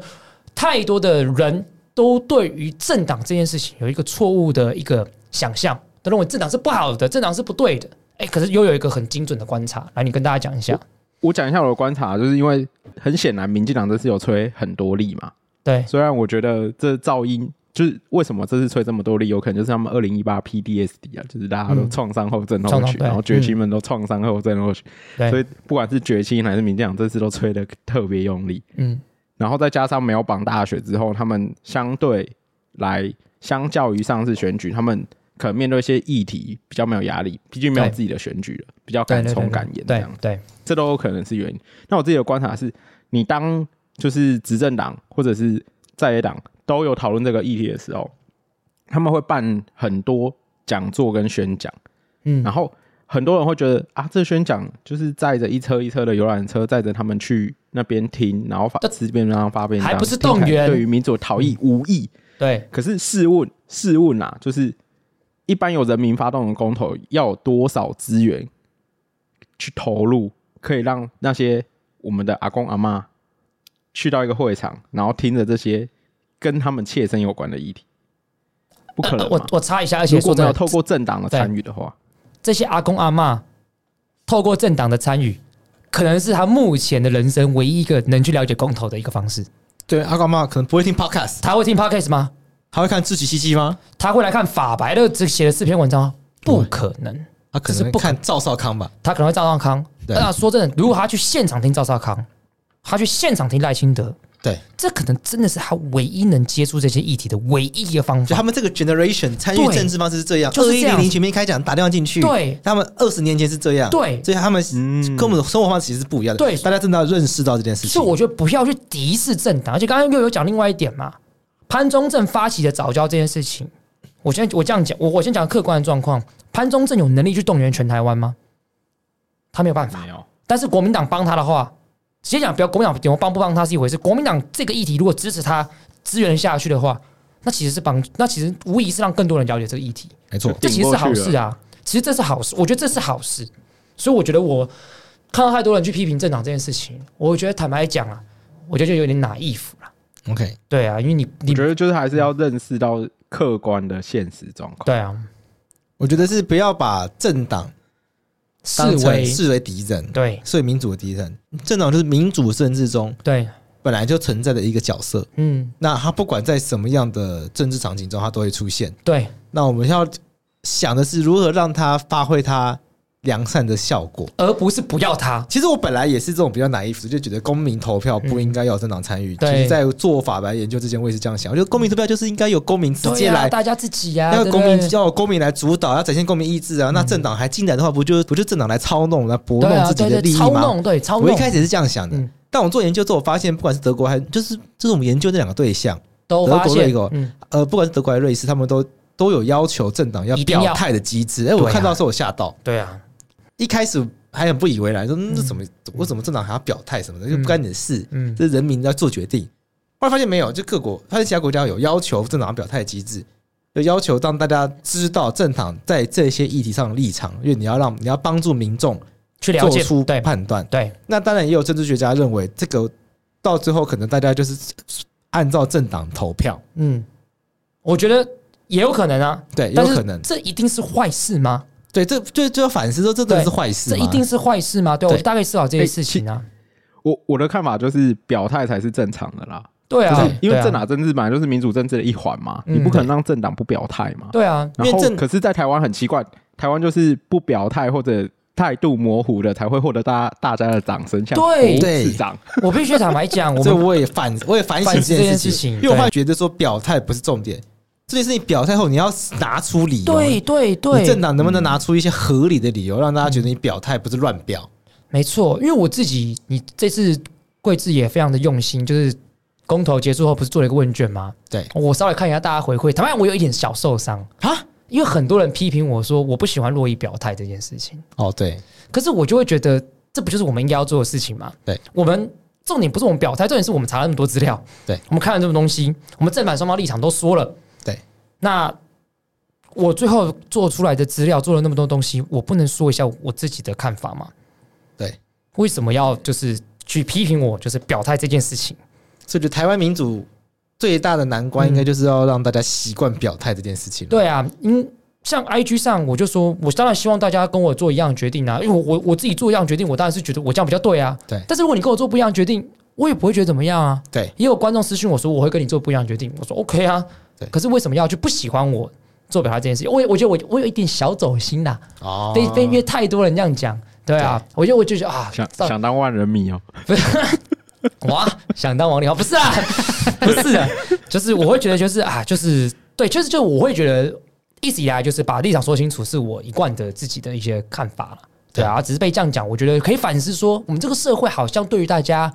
太多的人都对于政党这件事情有一个错误的一个想象，都认为政党是不好的，政党是不对的。哎、可是又有一个很精准的观察，来，你跟大家讲一下。我讲一下我的观察，就是因为很显然，民进党这次有吹很多力嘛。对，虽然我觉得这噪音，就是为什么这次吹这么多力，有可能就是他们二零一八 PDSD 啊，就是大家都嗯创伤后症创候伤群，对嗯然后觉青们都创伤后症候群，对所以不管是觉青还是民进党，这次都吹的特别用力。嗯，然后再加上没有绑大选之后，他们相对来，相较于上次选举，他们可能面对一些议题比较没有压力，毕竟没有对自己的选举了，比较对敢对冲对敢言这对样。对，这都有可能是原因。那我自己的观察是，你当就是执政党或者是在野党都有讨论这个议题的时候，他们会办很多讲座跟宣讲，嗯然后很多人会觉得啊，这宣讲就是载着一车一车的游览车，载着他们去那边听，然后发这这边让发边还不是动员对于民主讨议无益。对，可是试问，试问啊，就是一般有人民发动的公投，要有多少资源去投入，可以让那些我们的阿公阿妈去到一个会场，然后听着这些跟他们切身有关的议题，不可能、呃嘛我我插一下，而且如说果没真有的，透过政党的参与的话，这些阿公阿嬷透过政党的参与，可能是他目前的人生唯一一个能去了解公投的一个方式。对，阿光妈可能不会听 Podcast，他会听 podcast 吗？他会看自己信息吗？他会来看法白的这写的四篇文章吗？不可能，他可这是能不可看赵少康吧？他可能会赵少康。对那说真的，如果他去现场听赵少康，他去现场听赖清德，对，这可能真的是他唯一能接触这些议题的唯一一个方就法他。们这个 generation 参与对政治方式是这样，就是这一样零零全面开讲打电话进去，对他们二十年前是这样，对所以他们嗯跟我们的生活方式其实是不一样的，对大家真的要认识到这件事情。所以我觉得不要去敌视政党，而且刚刚又有讲另外一点嘛，潘宗正发起的早教这件事情，我先我这样讲，我我先讲客观的状况，潘宗正有能力去动员全台湾吗？他没有办法。没有。但是国民党帮他的话，直接讲，不要国民党有没有帮不帮他是一回事。国民党这个议题如果支持他支援下去的话，那其实是帮，那其实无疑是让更多人了解这个议题，没错，这其实是好事啊。其实这是好事，我觉得这是好事。所以我觉得我看到太多人去批评政党这件事情，我觉得坦白讲啊，我觉得就有点拿衣服了。 OK，对啊，因为你你我觉得就是还是要认识到客观的现实状况。对啊，我觉得是不要把政党视当成为视为敌人，对视为民主的敌人。政党就是民主政治中对本来就存在的一个角色，嗯那他不管在什么样的政治场景中，他都会出现。对那我们要想的是如何让他发挥他良善的效果。而不是不要它。其实我本来也是这种比较 naive 的，就觉得公民投票不应该要有政党参与。嗯对其实在做法白研究之前，我也是这样想，我觉得公民投票就是应该由公民直对啊接呀、来。大家自己呀、要对不由公民对要由公民来主导，要展现公民意志啊！那政党还进来的话，不就不就政党来操弄、来拨对弄啊，自己对的对利益操吗？弄，对操弄。我一开始是这样想的嗯，但我做研究之后，我发现不管是德国还就是就是我们研究那两个对象，都发德国现瑞狗，嗯，呃，不管是德国还是瑞士，他们都都有要求政党要一定要表态的机制。哎，我对啊看到的时候我吓到，对啊，一开始还很不以为然，说嗯这怎么为什么政党还要表态什么的，就不干你的事，嗯，这是人民要做决定。后来发现没有，就各国发现其他国家有要求政党表态的机制，就要求让大家知道政党在这些议题上的立场，因为你要让你要帮助民众去了做解，出对判断。对，那当然也有政治学家认为，这个到最后可能大家就是按照政党投票，嗯，我觉得也有可能啊，对，也但有是可能，这一定是坏事吗？对，这就就要反思说，这真的是坏事这吗一定是坏事吗？对啊对哎我大概思考这些事情啊，我我的看法就是表态才是正常的啦，对啊就是，因为对啊政党政治本来就是民主政治的一环嘛，嗯你不可能让政党不表态嘛。对啊，然后因为政可是，在台湾很奇怪，台湾就是不表态或者态度模糊的才会获得大大家的掌声，像对侯对市长。我必须坦白 [LAUGHS] 讲，我所以们我也反，我也反省这反省这件件事事情情，因为我对后来觉得说表态不是重点，这件事情表态后你要拿出理由，对对你政对，党能不能拿出一些合理的理由，让大家觉得你表态不是乱表？没错，因为我自己，你这次贵志也非常的用心，就是公投结束后不是做了一个问卷吗？对我稍微看一下大家回馈，坦白讲我有一点小受伤，啊？因为很多人批评我说我不喜欢洛伊表态这件事情。哦，对，可是我就会觉得，这不就是我们应该要做的事情吗？对，我们重点不是我们表态，重点是我们查了那么多资料，对我们看了这么多东西，我们正反双方立场都说了，对。那我最后做出来的资料，做了那么多东西，我不能说一下我自己的看法吗？对，为什么要就是去批评我，就是表态这件事情？所以就台湾民主最大的难关，应该就是要让大家习惯表态这件事情。，对啊，因像 IG 上我就说，我当然希望大家跟我做一样的决定啊，因为我我我自己做一样的决定，我当然是觉得我这样比较对啊。对但是如果你跟我做不一样的决定，我也不会觉得怎么样啊。对，也有观众私信我说我会跟你做不一样的决定，我说 OK 啊。对可是为什么要去不喜欢我做表达这件事情？我也我觉得我我有一点小走心啦、哦被被因为太多人这样讲，对啊，我就我就觉得啊，想到想当万人迷哦，哇，想当王力宏不是 [LAUGHS] 啊，不是啊，就是我会觉得就是啊，就是对，就是就我会觉得一直以来就是把立场说清楚，是我一贯的自己的一些看法了。对啊，只是被这样讲，我觉得可以反思说，我们这个社会好像对于大家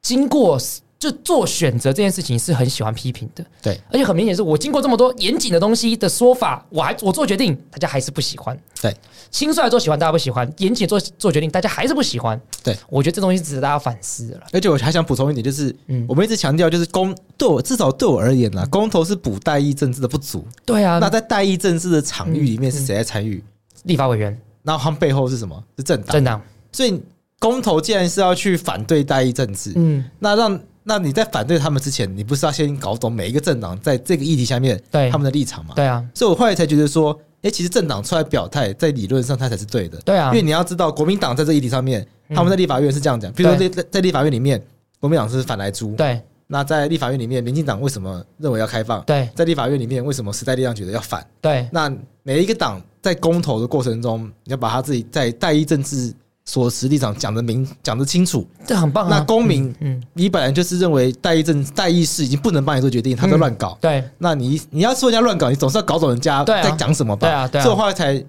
经过就做选择这件事情是很喜欢批评的。对，而且很明显是我经过这么多严谨的东西的说法，我还我做决定，大家还是不喜欢。对，轻率地做喜欢大家不喜欢，严谨地做做决定大家还是不喜欢。对，我觉得这东西值得大家反思了。而且我还想补充一点，就是嗯我们一直强调，就是公对我至少对我而言啦，公投是补代议政治的不足。对啊，那在代议政治的场域里面，嗯是谁在参与？立法委员、那他们背后是什么？是政党政。党，所以公投既然是要去反对代议政治，嗯，那让那你在反对他们之前，你不是要先搞懂每一个政党在这个议题下面对他们的立场吗？对啊，所以我后来才觉得说，哎、其实政党出来表态，在理论上它才是对的。对啊嗯因为你要知道，国民党在这议题上面，他们在立法院是这样讲，比如说对在在立法院里面，国民党是反来猪，对那在立法院里面，民进党为什么认为要开放？对在立法院里面，为什么时代力量觉得要反？对那每一个党在公投的过程中，你要把他自己在代议政治所持立场讲得明、讲得清楚。这很棒啊。那公民，嗯，你本来就是认为代议政、代议士已经不能帮你做决定，他在乱搞。对那你你要说人家乱搞，你总是要搞懂人家嗯对啊在讲什么吧？对啊对啊所以我后来才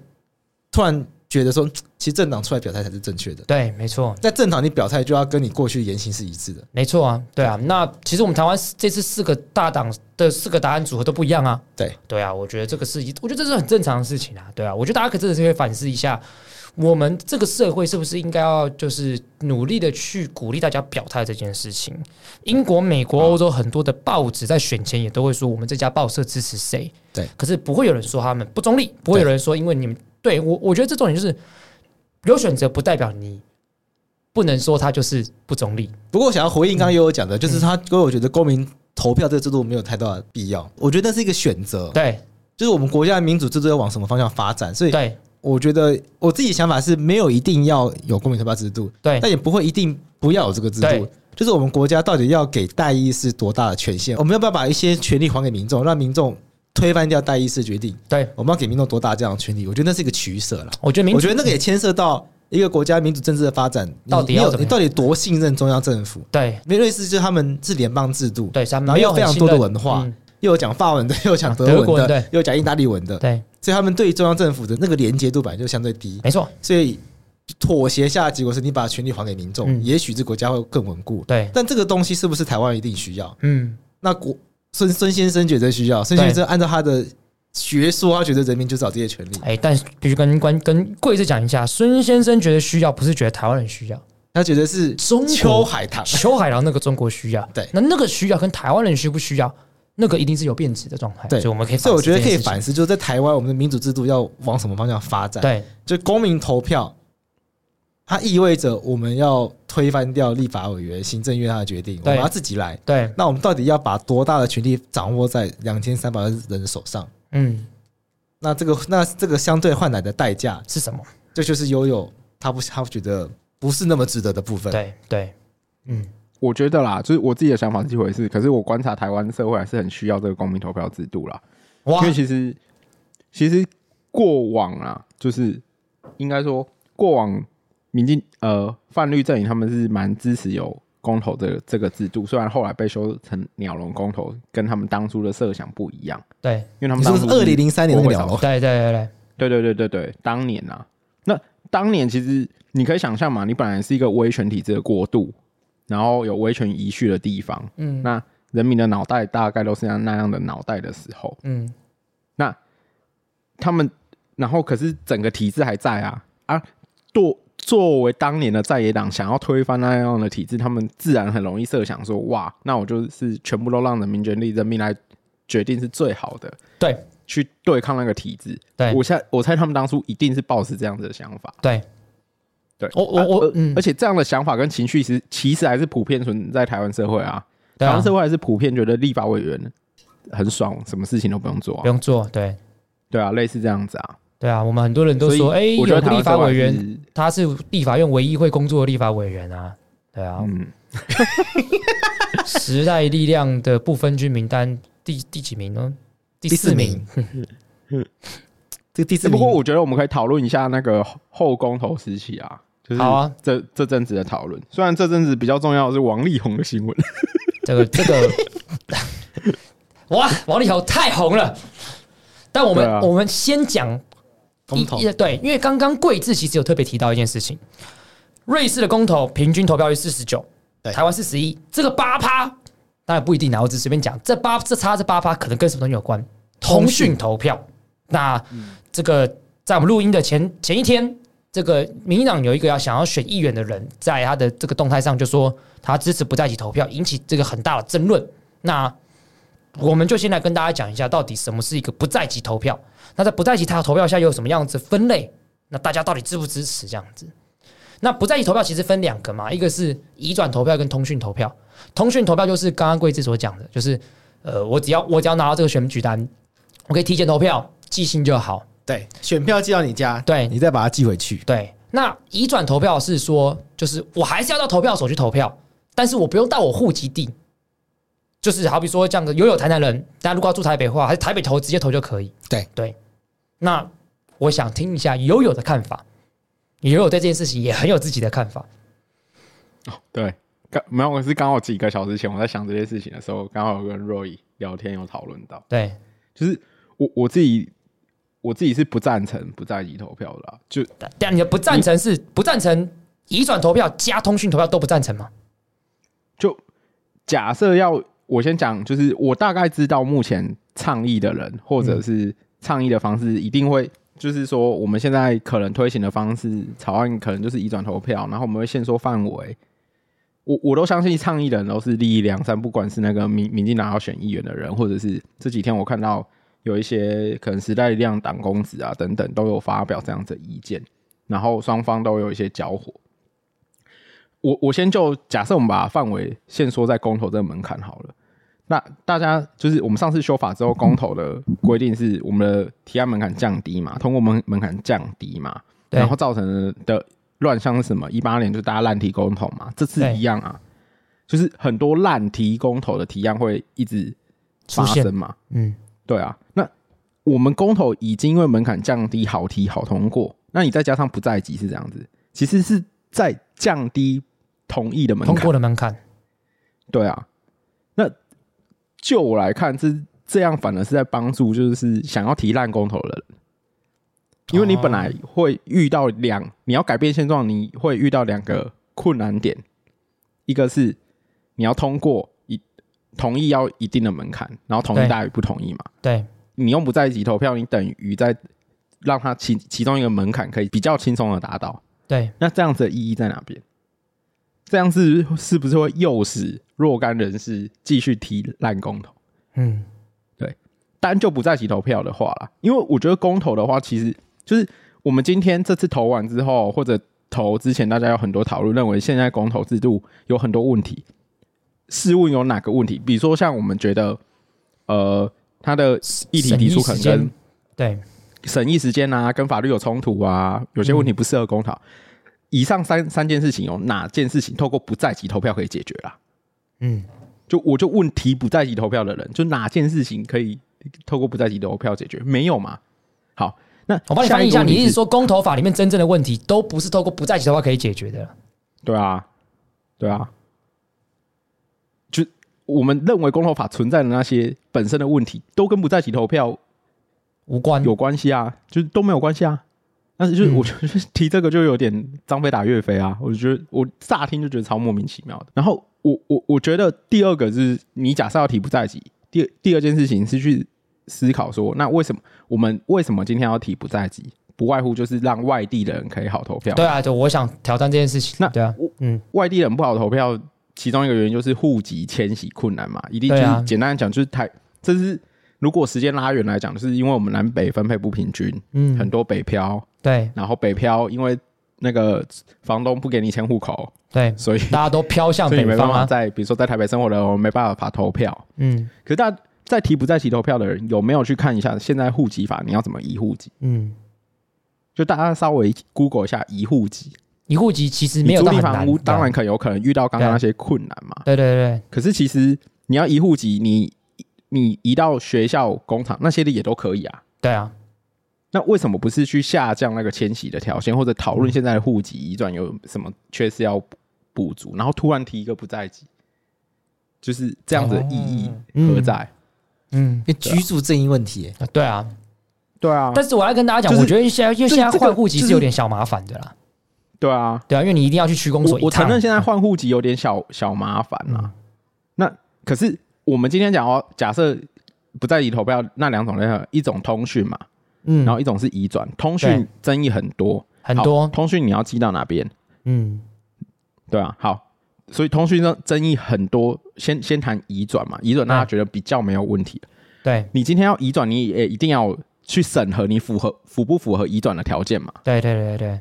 突然觉得说，其实政党出来表态才是正确的。对，没错在政党你表态就要跟你过去言行是一致的。没错啊，对啊。那其实我们台湾这次四个大党的四个答案组合都不一样啊。对对啊，我觉得这个是一，我觉得这是很正常的事情啊。对啊，我觉得大家可真的是可以反思一下，我们这个社会是不是应该要就是努力的去鼓励大家表态这件事情。英国、美国、欧洲很多的报纸在选前也都会说我们这家报社支持谁，对，可是不会有人说他们不中立，不会有人说因为你们对我，我觉得这重点就是有选择不代表你不能说他就是不中立。不过我想要回应刚刚悠悠嗯讲的，就是他，因为我觉得公民投票这个制度没有太大的必要，我觉得那是一个选择，对就是我们国家的民主制度要往什么方向发展。所以对我觉得我自己想法是没有一定要有公民投票制度，对但也不会一定不要有这个制对度。就是我们国家到底要给代议是多大的权限？我们要不要把一些权利还给民众，让民众推翻掉代议士决定，对，我们要给民众多大这样的权利？我觉得那是一个取舍啦。我觉得民主，我觉得那个也牵涉到一个国家民主政治的发展，你到底你要有怎么你样到底多信任中央政府？对因为瑞士就是他们是联邦制度，对，是他们然后没有又非常很多的信任文化嗯，又有讲法文的，又有讲德德国文人的对，又有讲意大利文的，对，所以他们对中央政府的那个连接度本来就相对低，没错，所以妥协下的结果是你把权力还给民众，嗯也许这国家会更稳固。对，但这个东西是不是台湾一定需要？嗯，那国孙孙先生觉得需要，孙先生按照他的学说，他觉得人民就是有这些权利，哎，但是必须跟关跟贵子讲一下，孙先生觉得需要，不是觉得台湾人需要，他觉得是中国秋海棠。邱海棠那个中国需要，对那那个需要跟台湾人需不需要，那个一定是有变质的状态，对所以我们可以，所以我觉得可以反反思，就是在台湾我们的民主制度要往什么方向发展？，对就公民投票，它意味着我们要推翻掉立法委员、行政院他的决定，我对们要自己来。对，那我们到底要把多大的权力掌握在两千三百万人手上？嗯，那这个那这个相对换来的代价，是什么？这就是悠悠他不他觉得不是那么值得的部分。对对，嗯，我觉得啦，就是我自己的想法是一回事，可是我观察台湾社会还是很需要这个公民投票制度啦。哇因，为其实其实过往啊，就是应该说过往民进呃泛绿阵营他们是蛮支持有公投的这个制度，虽然后来被修成鸟笼公投，跟他们当初的设想不一样，嗯对因为他们你是当不初是二零零三年那个国会鸟少笼？对对对对，对对对对对，当年啊，那当年其实你可以想象嘛，你本来是一个威权体制的国度，然后有威权遗绪的地方，嗯那人民的脑袋大概都是像那样的脑袋的时候，嗯，那他们，然后可是整个体制还在啊啊，作作为当年的在野党想要推翻那样的体制，他们自然很容易设想说，哇，那我就是全部都让人民权利人民来决定是最好的，对去对抗那个体制。对我猜我猜他们当初一定是抱持这样子的想法。对，对，我我啊我而嗯而且这样的想法跟情绪其实其实还是普遍存在台湾社会啊。对台啊湾社会还是普遍觉得立法委员很爽，什么事情都不用做不啊。用做，对对啊，类似这样子啊。对啊，我们很多人都所以说，哎，我觉有个得台立湾法社会委还员，是他是立法院唯一会工作的立法委员 [LAUGHS] 啊，对啊，嗯，时代力量的不分区名单第第几名呢？第第四四名名， [LAUGHS] 这个第四欸不名过我觉得我们可以讨论一下那个后公投时期啊，就是好啊这这阵子的讨论。虽然这阵子比较重要的是王力宏的新闻， [LAUGHS] 这个这个， [LAUGHS] 哇，王力宏太红了。但我们、对啊我们先讲公投一，一对，因为刚刚贵志其实有特别提到一件事情，瑞士的公投平均投票率四十九，对台湾四十一，这个八趴当然不一定啦，啊我只随便讲，这八这差这八趴可能跟什么东西有关？通通讯讯投票。那这个在我们录音的前前一天，这个民进党有一个要想要选议员的人，在他的这个动态上就说他支持不在一起投票，引起这个很大的争论。那我们就先来跟大家讲一下，到底什么是一个不在籍投票？那在不在籍他投票下又有什么样子分类？那大家到底支不支持这样子？那不在籍投票其实分两个嘛，一个是移转投票跟通讯投票。通讯投票就是刚刚桂枝所讲的，就是呃，我只要我只要拿到这个选举单，我可以提前投票，寄信就好。对，选票寄到你家，对你再把它寄回去，对，那移转投票是说，就是我还是要到投票所去投票，但是我不用到我户籍地。就是好比说这样子，有有台南人，大家如果要住台北的话，还是台北投直接投就可以。对对，那我想听一下友友的看法，友友对这件事情也很有自己的看法。对，刚没有，我是刚好几个小时前我在想这些事情的时候，刚好有跟 Roy 聊天有讨论到，对，就是我我自己我自己是不赞成不在籍投票的啦，就但但你的不赞成是不赞成移转投票加通讯投票都不赞成吗？就假设要我先讲，就是我大概知道目前倡议的人或者是倡议的方式，一定会就是说我们现在可能推行的方式，草案可能就是移转投票，然后我们会限缩范围。我我都相信倡议的人都是利益良善，不管是那个民民进党要选议员的人，或者是这几天我看到有一些可能时代力量党公子啊等等都有发表这样子的意见，然后双方都有一些交火。我我先就假设我们把范围限缩在公投这个门槛好了。那大家就是我们上次修法之后，公投的规定是我们的提案门槛降低嘛，通过门门槛降低嘛，对然后造成的乱象是什么？一八年就大家烂提公投嘛，这次对一样啊，就是很多烂提公投的提案会一直发出现生嘛。嗯，对啊，那我们公投已经因为门槛降低，好提好通过，那你再加上不在籍是这样子，其实是在降低同意的门通槛过。的门槛，对啊，那就我来看，这这样反而是在帮助，就是想要提烂公投的人，因为你本来会遇到两，你要改变现状，你会遇到两个困难点，一个是你要通过一同意要一定的门槛，然后同意对大于不同意嘛，对你用不在籍投票，你等于在让它其其中一个门槛可以比较轻松的达到。对，那这样子的意义在哪边？这样子是不是会诱使若干人士继续提烂公投？嗯，单就不在籍投票的话啦，因为我觉得公投的话，其实就是我们今天这次投完之后，或者投之前，大家有很多讨论，认为现在公投制度有很多问题。试问有哪个问题？比如说像我们觉得，呃，它的议题审提出时可能间跟对审议时间啊，跟法律有冲突啊，有些问题不适合公投。以上三三件事情，有哪件事情透过不在籍投票可以解决啦？嗯，就我就问提不在籍投票的人，就哪件事情可以透过不在籍投票解决？没有嘛？好，那我帮你翻译一下，个问你题意思是说公投法里面真正的问题都不是透过不在籍投票可以解决的，对啊，对啊，就我们认为公投法存在的那些本身的问题，都跟不在籍投票无关。有关系啊，就是都没有关系啊。但是就是嗯我 [LAUGHS] 就是提这个就有点张飞打岳飞啊，我就觉得我乍听就觉得超莫名其妙的。然后我我我觉得第二个就是你假设要提不在籍，第第二件事情是去思考说，那为什么我们为什么今天要提不在籍？不外乎就是让外地的人可以好投票。对啊，就我想挑战这件事情。那对啊，嗯，外地人不好投票，其中一个原因就是户籍迁徙困难嘛，一定就对啊是简单讲就是台，这是如果时间拉远来讲，就是因为我们南北分配不平均，嗯很多北漂，对然后北漂因为那个房东不给你迁户口，对，所以大家都飘向所以你北没办方法啊。在比如说在台北生活的人我没办法投票。嗯可是大家在提不在提投票的人有没有去看一下现在户籍法你要怎么移户籍？嗯，就大家稍微 Google 一下移户籍，一户籍其实没你有租到地很房难屋，当然对啊可有可能遇到刚刚那些困难嘛。对对对，可是其实你要移户籍，你你移到学校、工厂那些的也都可以啊。对啊，那为什么不是去下降那个迁徙的条件，或者嗯讨论现在的户籍移转有什么缺失要补补足，然后突然提一个不在籍，就是这样子的意义哦何在？嗯，因为居住正义问题耶，啊对啊。对啊，但是我要跟大家就讲，是我觉得现在因为这现在这个换户籍就是是有点小麻烦的啦。对啊，对啊，因为你一定要去区公所我一我承趟。认现在换户籍有点小小麻烦啦、嗯那可是我们今天讲哦，假设不在籍投票那两种类型，一种通讯嘛，嗯，然后一种是移转，通讯对争议很多，很好多，通讯你要寄到哪边？嗯，对啊，好，所以通讯争争议很多，先先谈移转嘛，嗯移转大家觉得比较没有问题。对你今天要移转，你也一定要去审核你符合符不符合移转的条件嘛？对对对对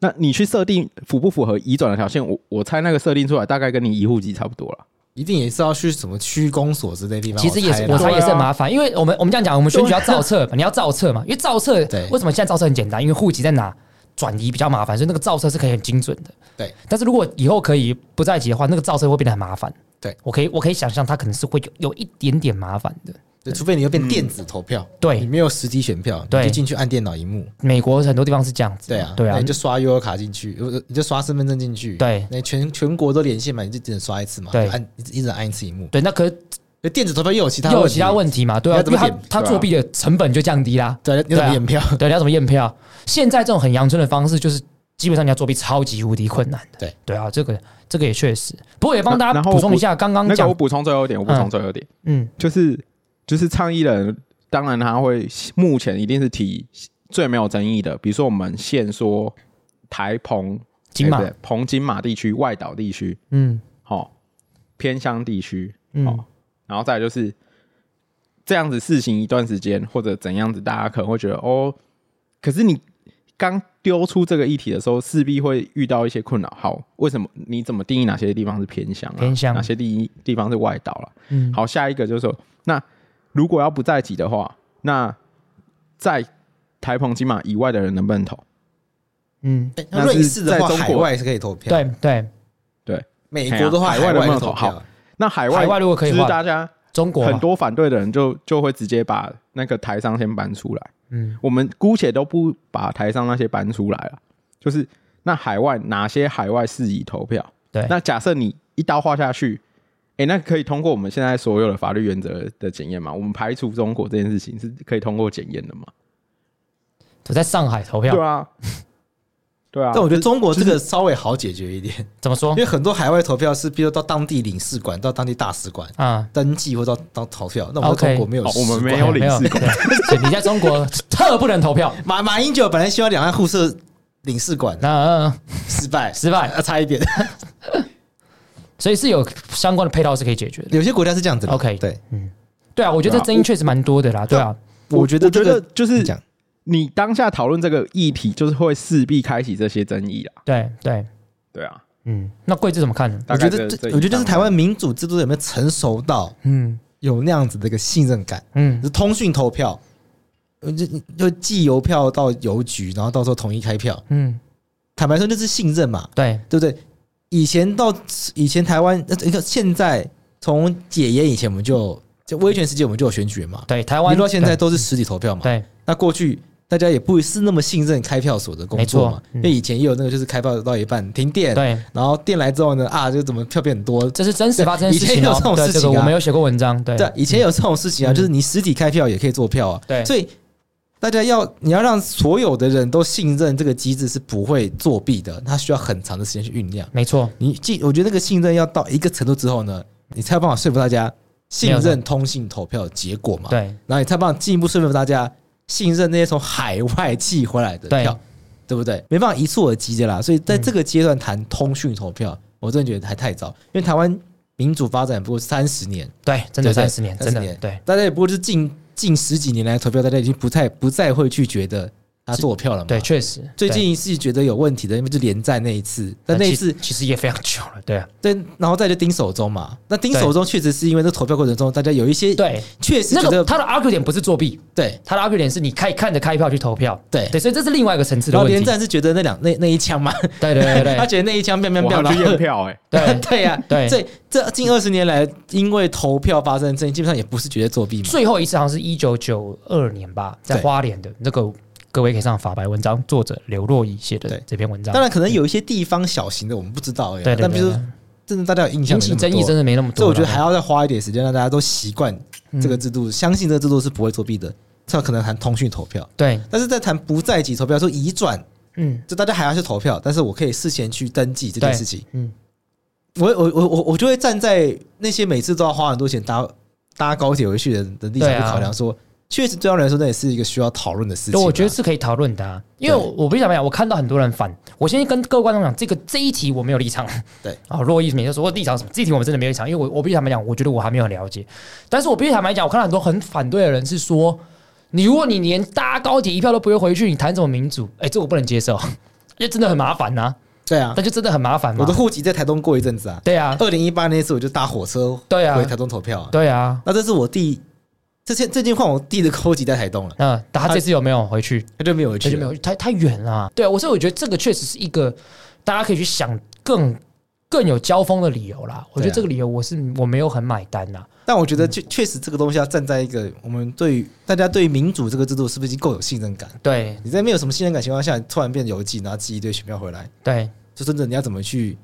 那你去设定符不符合移转的条件，我我猜那个设定出来大概跟你移户籍差不多了。一定也是要去什么区公所之类地方。其实也是，猜啦我猜对啊也是很麻烦，因为我们我们这样讲，我们选举要造 [LAUGHS] 册嘛，你要造册嘛，因为造册对为什么现在造册很简单？因为户籍在哪转移比较麻烦，所以那个造册是可以很精准的。对，但是如果以后可以不在籍的话，那个造册会变得很麻烦。对，我可以我可以想象它可能是会有有一点点麻烦的。对，除非你又变电子投票，对你没有实体选票，你对就进去按电脑荧幕，美国很多地方是这样子对嘛，啊，对那啊你，就刷 U 卡进去，呃你就刷身份证进去，对那全全国都连线嘛，你就只能刷一次嘛，对就按一直一直按一次荧幕，对，那可是那电子投票又有其他又有问题其他问题嘛，对啊你要，因为怎么他点他对啊作弊的成本就降低啦。对，啊你要怎么验票？ [LAUGHS] 对，你要怎么验票？现在这种很阳春的方式，就是基本上你要作弊超级无敌困难的。对对啊，这个这个也确实。不过也帮大那家然后补充补一下，刚刚那个讲我，补充最后一点，我补充最后一点，嗯，就是就是倡议人，当然他会目前一定是提最没有争议的，比如说我们现说台澎金马哎不，对澎金马地区、外岛地区，嗯好、偏乡地区，好、嗯，然后再来就是这样子试行一段时间，或者怎样子，大家可能会觉得哦，可是你刚丢出这个议题的时候，势必会遇到一些困扰。好，为什么？你怎么定义哪些地方是偏乡、啊？偏乡哪些地地方是外岛了、嗯好，下一个就是说，那如果要不在籍的话，那在台澎金马以外的人能不能投？嗯，哎那那瑞是士的在话，中国海外是可以投票，，对对，对，美国的话，海哎海外能不外能是投投好票，那海外海外如果可以的就是话大家中国嘛很，多反对的人就就会直接把那个台商先搬出来。嗯，我们姑且都不把台商那些搬出来了，就是那海外哪些海外适宜投票？对那假设你一刀划下去，哎、那可以通过我们现在所有的法律原则的检验吗？我们排除中国这件事情是可以通过检验的吗？我在上海投票对，啊，对啊。但我觉得中国这个哦稍微好解决一点，怎么说因为很多海外投票是，比如到当地领事馆、到当地大使馆啊？登记或到当投票。那我们在 OK 中国没有哦使我们馆，没有领事馆，对所以你在中 [LAUGHS] 国特不能投票，马马英九本来希望两岸互设领事馆，那、呃失败，失败呃差一点。所以是有相关的配套是可以解决的。 [LAUGHS] 有些国家是这样子的。 OK 对，对啊，我觉得对这啊争议确实蛮多的啦。对啊，我觉得我觉这个得就是你讲你当下讨论这个议题，就是会势必开启这些争议啦。对对，对啊，嗯，那贵志怎么看呢？大我概觉这得这，这我觉得以是上台湾民主制度有没有成熟到嗯有那样子的一个信任感？嗯是通讯投票，呃就就寄邮票到邮局，然后到时候统一开票。嗯，坦白说，就是信任嘛，对，对不对？以前到以前台湾，呃你看现在从解严以前，我们就就威权时期我们就有选举嘛，对，台台湾到现在都是实体投票嘛。对那过去大家也不是那么信任开票所的工作没嘛错，嗯因为以前也有那个就是开票到一半停电对，对，然后电来之后呢，啊，就怎么票变很多。这是真实发生的对事情哦以前有这。种对事这情啊个我们有写过文章，对对，以前有这种事情啊，嗯就是你实体开票也可以做票啊。对所以大家要你要让所有的人都信任这个机制是不会作弊的，它需要很长的时间去酝酿。没错，你记，我觉得那个信任要到一个程度之后呢，你才有办法说服大家信没有任通信投票的结果嘛。，对然后你才有办法进一步说服大家信任那些从海外寄回来的对票，对不对？没办法一蹴而即的啦。所以在这个阶段谈通讯投票，我真的觉得还太早，因为台湾民主发展不过三十年。对，真的对三对十年， 30真的年对，大家也不过是近近十几年来投票，大家已经不太不再会去觉得他做票了嘛。对，，确实最对近一次觉得有问题的，因为就连战那一次，但但那一其次其实也非常久了，对啊，对，然后再就丁守中嘛。那丁守中确实是因为这投票过程中，大家有一些对，确实那觉个得他的 argue 点不是作弊，对他的 argue 点是你开看着开票去投票，对对，所以这是另外一个层次的然后问连题。战是觉得那两那那一枪嘛，对对对 [LAUGHS] 他对觉得那一枪变变我变要了去。验票哎、对 [LAUGHS] 对呀、对这这近二十年来，因为投票发生争议，基本上也不是觉得作弊嘛。最后一次好像是一九九二年吧，在对花莲的那个，各位可以上法白文章，作者刘若仪写的对这篇文章。当然，可能有一些地方小型的我们不知道而已啊对，对但比对如对说，真的大家有印象引没那起么多，争议真的没那么多啦。嗯所以我觉得还要再花一点时间，让大家都习惯这个制度，相信这个制度是不会作弊的。这可能谈通讯投票，对，但是在谈不在籍投票，说移转，嗯，就大家还要去投票，但是我可以事先去登记这件对事情。嗯，我我我我我就会站在那些每次都要花很多钱搭搭高铁回去的人的立场对去啊考量说，确实对他们来说那也是一个需要讨论的事情对，啊。我觉得是可以讨论的、啊，因为我我不想讲，我看到很多人反，我先跟各位观众讲，这个这一题我没有立场。对啊，若一每次说我立场是什么，这一题我们真的没有立场，因为我我必须坦白讲，我觉得我还没有很了解。但是我必须坦白讲，我看到很多很反对的人是说，你如果你连搭高铁一票都不会回去，你谈什么民主？哎、这我不能接受， [LAUGHS] 因为真的很麻烦呐、对啊那，就真的很麻烦嘛我的。户籍在台东过一阵子啊，对啊，二零一八那一次我就搭火车对啊回台东投票啊，对啊，那这是我弟，这些最近换我弟的户籍在台东了，嗯，他这次有没有回去？他就没有回这去就了没。有太太远了、啊。对啊，我所以我觉得这个确实是一个大家可以去想更更有交锋的理由啦。我觉得对啊这个理由我是我没有很买单呐、但我觉得确确实这个东西要站在一个我们对于大家对于民主这个制度是不是已经够有信任感？对你在没有什么信任感情况下，你突然变邮寄，然后寄一堆选票回来，对就真的你要怎么去？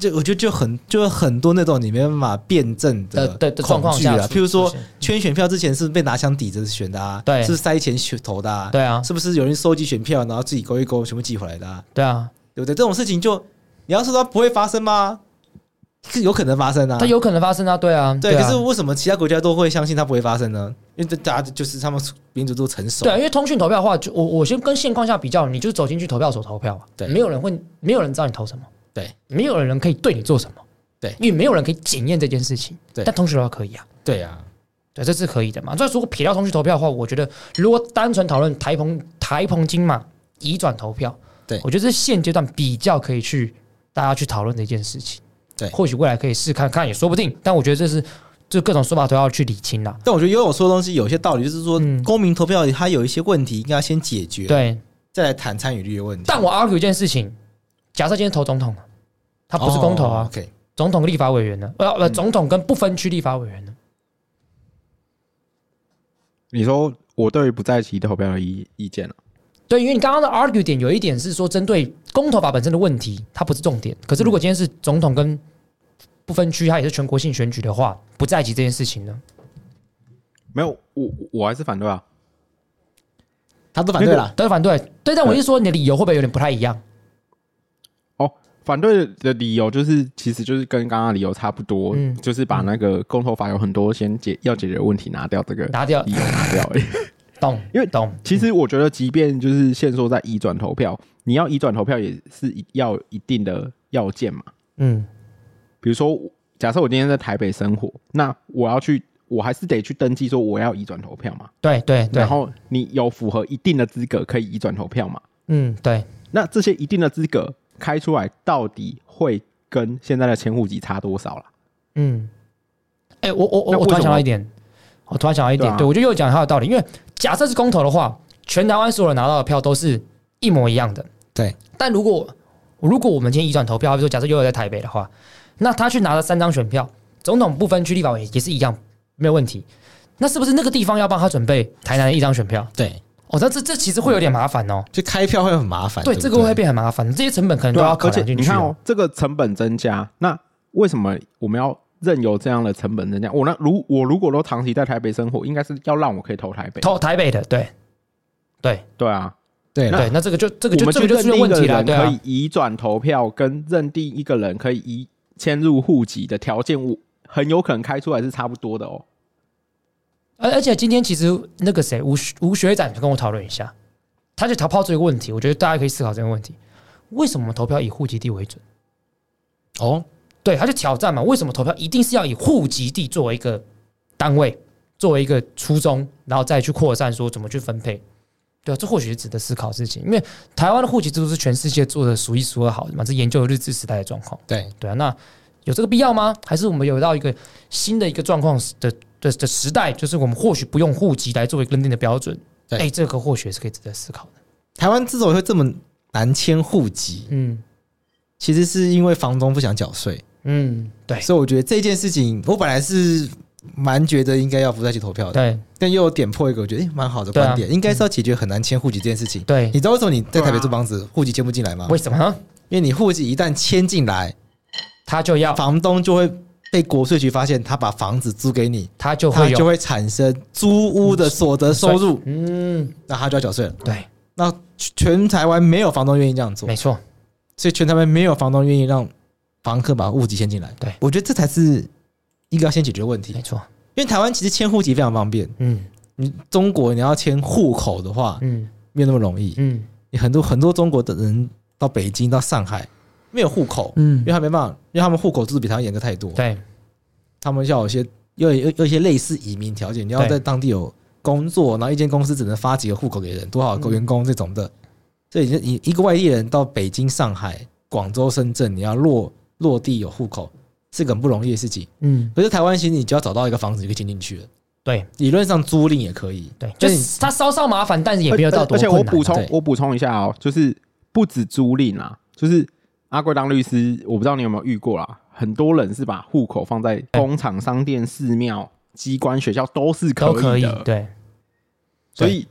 就我觉得就很就有很多那种你没办法辩证的的的的状恐况惧下啊，出，譬如说出现圈选票之前是不是被拿枪抵着选的啊？对是不是塞钱选投的啊？对啊是不是有人收集选票，然后自己勾一勾全部寄回来的啊？对啊，对不对？这种事情就你要说它不会发生吗？是有可能发生啊，它有可能发生啊，对啊，对，啊可是为什么其他国家都会相信它不会发生呢？因为这大家就是他们民主都成熟，对啊，因为通讯投票的话，就我我先跟现况下比较，你就是走进去投票所投票啊，对没有人会，没有人知道你投什么，对，没有人可以对你做什么，对因为没有人可以检验这件事情，对但通讯投票可以啊。对啊，对，这是可以的嘛。所以如果撇掉通讯投票的话，我觉得如果单纯讨论台澎台澎金马移转投票，对我觉得这是现阶段比较可以去大家去讨论的一件事情。对或许未来可以试看看也说不定，但我觉得这是就各种说法都要去理清啦。但我觉得有我说的东西有些道理，就是说嗯公民投票它有一些问题应该要先解决，对，再来谈参与率的问题。但我 argue 一件事情，假设今天投总统了，他它不是公投啊，哦，OK，总统跟立法委员呢，呃呃，总统跟不分区立法委员呢，你说我对于不在籍投票的意意见了、啊对，因为你刚刚的 argue 点有一点是说针对公投法本身的问题，它不是重点。可是如嗯果今天是总统跟不分区，它也是全国性选举的话，不在籍这件事情呢？没有，我我还是反对啊。他都反对了。都是反对。对，但我是说你的理由会不会有点不太一样？哦，反对的理由就是，其实就是跟刚刚的理由差不多，嗯就是把那个公投法有很多先解要解决的问题拿掉，这个拿掉理由拿掉 [LAUGHS] 而已。懂，因为懂。其实我觉得，即便就是限缩在移转投票，你要移转投票也是一要有一定的要件嘛。嗯，比如说，假设我今天在台北生活，那我要去，我还是得去登记说我要移转投票嘛。对对对然，后你有符合一定的资格可以移转投票嘛？嗯对，那这些一定的资格开出来，到底会跟现在的迁户籍差多少啦？嗯。哎、我我我那为我突然什想么到一点，我突然想到一点，对啊对我觉得又讲他有道理，因为假设是公投的话，全台湾所有人拿到的票都是一模一样的。对，但如果如果我们今天移转投票，比如说假设悠悠在台北的话，那他去拿了三张选票，总统不分区立法委也是一样，没有问题。那是不是那个地方要帮他准备台南的一张选票？对，哦，那这这其实会有点麻烦哦。嗯就开票会很麻烦。对，不这个会变很麻烦，这些成本可能都要考而且量进你去看哦。哦，这个成本增加，那为什么我们要任由这样的成本增加？我那如我如果都长期在台北生活，应该是要让我可以投台北。投台北的，对，对对啊，对了对，那这个就这个我就们这去个就认出现定一问个题了，人对可啊以，移转投票，跟认定一个人可以移迁入户籍的条件，我很有可能开出来是差不多的哦。而而且今天其实那个谁吴学吴学长跟我讨论一下，他就他抛出一个问题，我觉得大家可以思考这个问题：为什么投票以户籍地为准？哦，对，他就挑战嘛，为什么投票一定是要以户籍地作为一个单位，作为一个初衷，然后再去扩散说怎么去分配？对啊，这或许是值得思考的事情，因为台湾的户籍制度是全世界做的数一数二好的嘛，这研究日治时代的状况。对，对啊，那有这个必要吗？还是我们有到一个新的一个状况的的的时代，就是我们或许不用户籍来作为认定的标准？对哎，这个或许也是可以值得思考的。台湾之所以会这么难迁户籍，嗯其实是因为房东不想缴税，嗯，对所以我觉得这件事情，我本来是蛮觉得应该要不再去投票的，对但又有点破一个我觉得诶蛮好的观点，对啊应该是要解决很难迁户籍这件事情。对啊你，知道为什么你在台北租房子户籍迁不进来吗？为什么呢？因为你户籍一旦迁进来，他就要房东就会被国税局发现他把房子租给你，他就他会就有会产生租屋的所得收入，嗯，那他就要缴税了。对，那全台湾没有房东愿意这样做没，错，所以全台湾没有房东愿意让房客把户籍迁进来。对我觉得这才是一个要先解决的问题没，错，因为台湾其实迁户籍非常方便。嗯你中国你要迁户口的话，嗯没有那么容易。嗯你很多很多中国的人到北京、到上海没有户口，嗯因为，他没办法，因为他们户口制度比台湾严格太多。对他们要有一些要有要有一些类似移民条件，你要对在当地有工作，然后一间公司只能发几个户口给人，多少个员工这种的。所以你一个外地人到北京、上海、广州、深圳，你要落落地有户口，是个很不容易的事情。嗯可是台湾其实你只要找到一个房子就可以迁进去了，对理论上租赁也可以。对，就就是他稍稍麻烦，但是也没有到而多而且困我难啊。补充对，我补充一下哦，就是不止租赁啦，就是阿贵当律师，我不知道你有没有遇过啦，很多人是把户口放在工厂、商店、寺庙、机关、学校都是可都可以以的，，对，所以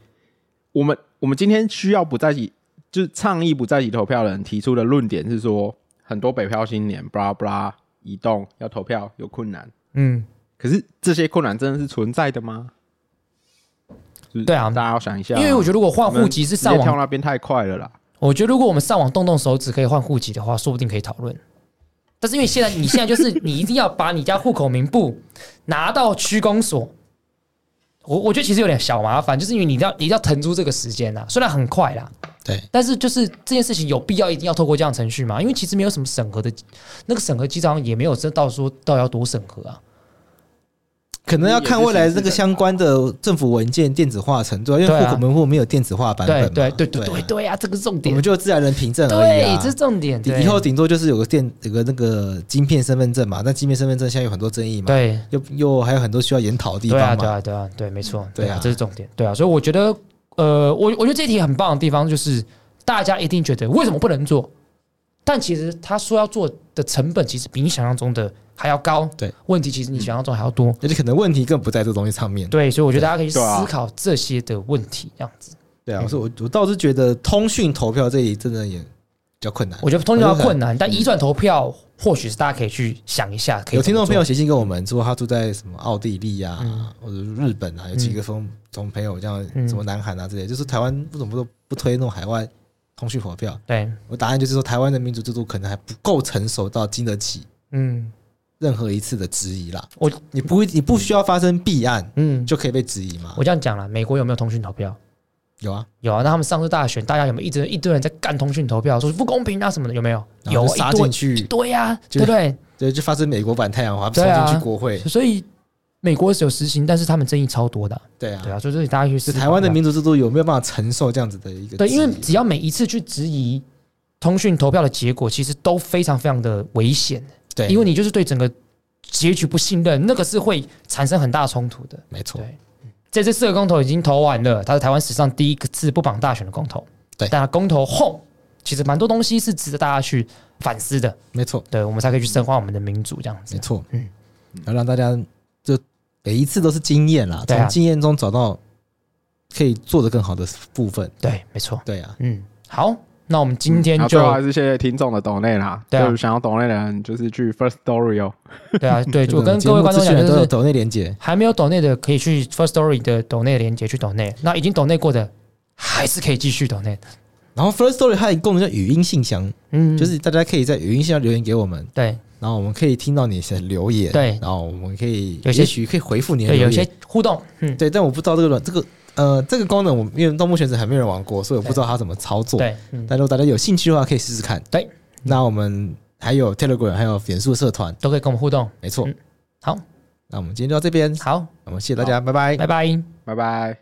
我们我们今天需要不在籍，就是倡议不在籍投票的人提出的论点是说，很多北漂青年，布拉布拉移动要投票有困难，嗯，可是这些困难真的是存在的吗？就是对啊大家要想一下因啊，为我觉得如果换我们户籍是直接上网跳那边太快了啦。我觉得如果我们上网动动手指可以换户籍的话，说不定可以讨论。但是因为现在你现在就是你一定要把你家户口名簿拿到区公所，我我觉得其实有点小麻烦，就是因为你一定要你一定要腾出这个时间啊啦，虽然很快啦，对，但是就是这件事情有必要一定要透过这样的程序吗？因为其实没有什么审核的，那个审核机制好像也没有知道说到底要多审核啊。可能要看未来这个相关的政府文件电子化程度，因为对啊户口门户没有电子化版本对嘛。对对对啊对对啊，这个是重我点们，就自然人凭证而对已啊。，这是重点。对以后顶多就是有个电有个那个晶片身份证嘛，但晶片身份证现在有很多争议嘛，对又又还有很多需要研讨的地对啊，方对嘛。啊，对啊，对，没错，对啊对啊，这是重点，对啊，所以我觉得，呃，我我觉得这一题很棒的地方就是，大家一定觉得为什么不能做，但其实他说要做的成本其实比你想象中的还要高。对，啊问题其实你想象中还要多。而且可能问题更不在这东西上面。对，所以我觉得大家可以对啊思考这些的问题，这样子。对啊，所以我我倒是觉得通讯投票这里真的也比较困难。我觉得通常困难，但移转投票或许是大家可以去想一下。可以有听怎众么做朋友写信跟我们说，他住在什么奥地利啊，或者日本啊，有几个风从朋友这样，嗯什么南韩啊之类，就是台湾为什么都不推那种海外通讯投票？对，我答案就是说，台湾的民主制度可能还不够成熟到经得起嗯，任何一次的质疑啦。我你不你不需要发生弊案嗯，就可以被质疑嘛？我这样讲了，美国有没有通讯投票？有啊，有啊，那他们上次大选，大家有没有一直一堆人在干通讯投票，说是不公平啊什么的？有没有？然有啊后就杀一堆进一去，堆啊，就对不对？对，就发生美国版太阳花冲对啊进去国会，所以美国是有实行，但是他们争议超多的啊，对啊对，啊，所以这里大家去是思考一下台湾的民主制度有没有办法承受这样子的一个质对，疑？因为只要每一次去质疑通讯投票的结果，其实都非常非常的危险，对，因为你就是对整个结局不信任，那个是会产生很大冲突的。没错对，这次四个公投已经投完了，它是台湾史上第一次不绑大选的公投。对但它公投后，其实蛮多东西是值得大家去反思的。没错，对，我们才可以去深化我们的民主这样子没。错，嗯嗯，要让大家就每一次都是经验啦，对啊从经验中找到可以做得更好的部分。对，没错。对啊，嗯，好，那我们今天然后就最后还是谢谢听众的懂内啦，对啊就是想要懂内的人就是去 First Story 哦，对啊，对我跟节各位目观众资讲，讯栏就都有是抖内连接，还没有抖内的，可以去 First Story 的抖内连接去抖内。那已经抖内过的，还是可以继续抖内。然后 First Story 它有一个功能叫语音信箱，嗯，就是大家可以在语音信箱留言给我们，对然后我们可以听到你的留言，对然后我们可以有些也许可以回复你的对，有留一些言，互动。嗯，对，但我不知道这个软这个呃这个功能，我们因为到目前为止还没有人玩过，所以我不知道它怎么操作。对，嗯，但如果大家有兴趣的话，可以试试看。对，那我们还有 Telegram，还有脸书社团，都可以跟我们互动。没错。嗯好，那我们今天就到这边，好，我们谢谢大家，拜拜。拜拜。拜拜。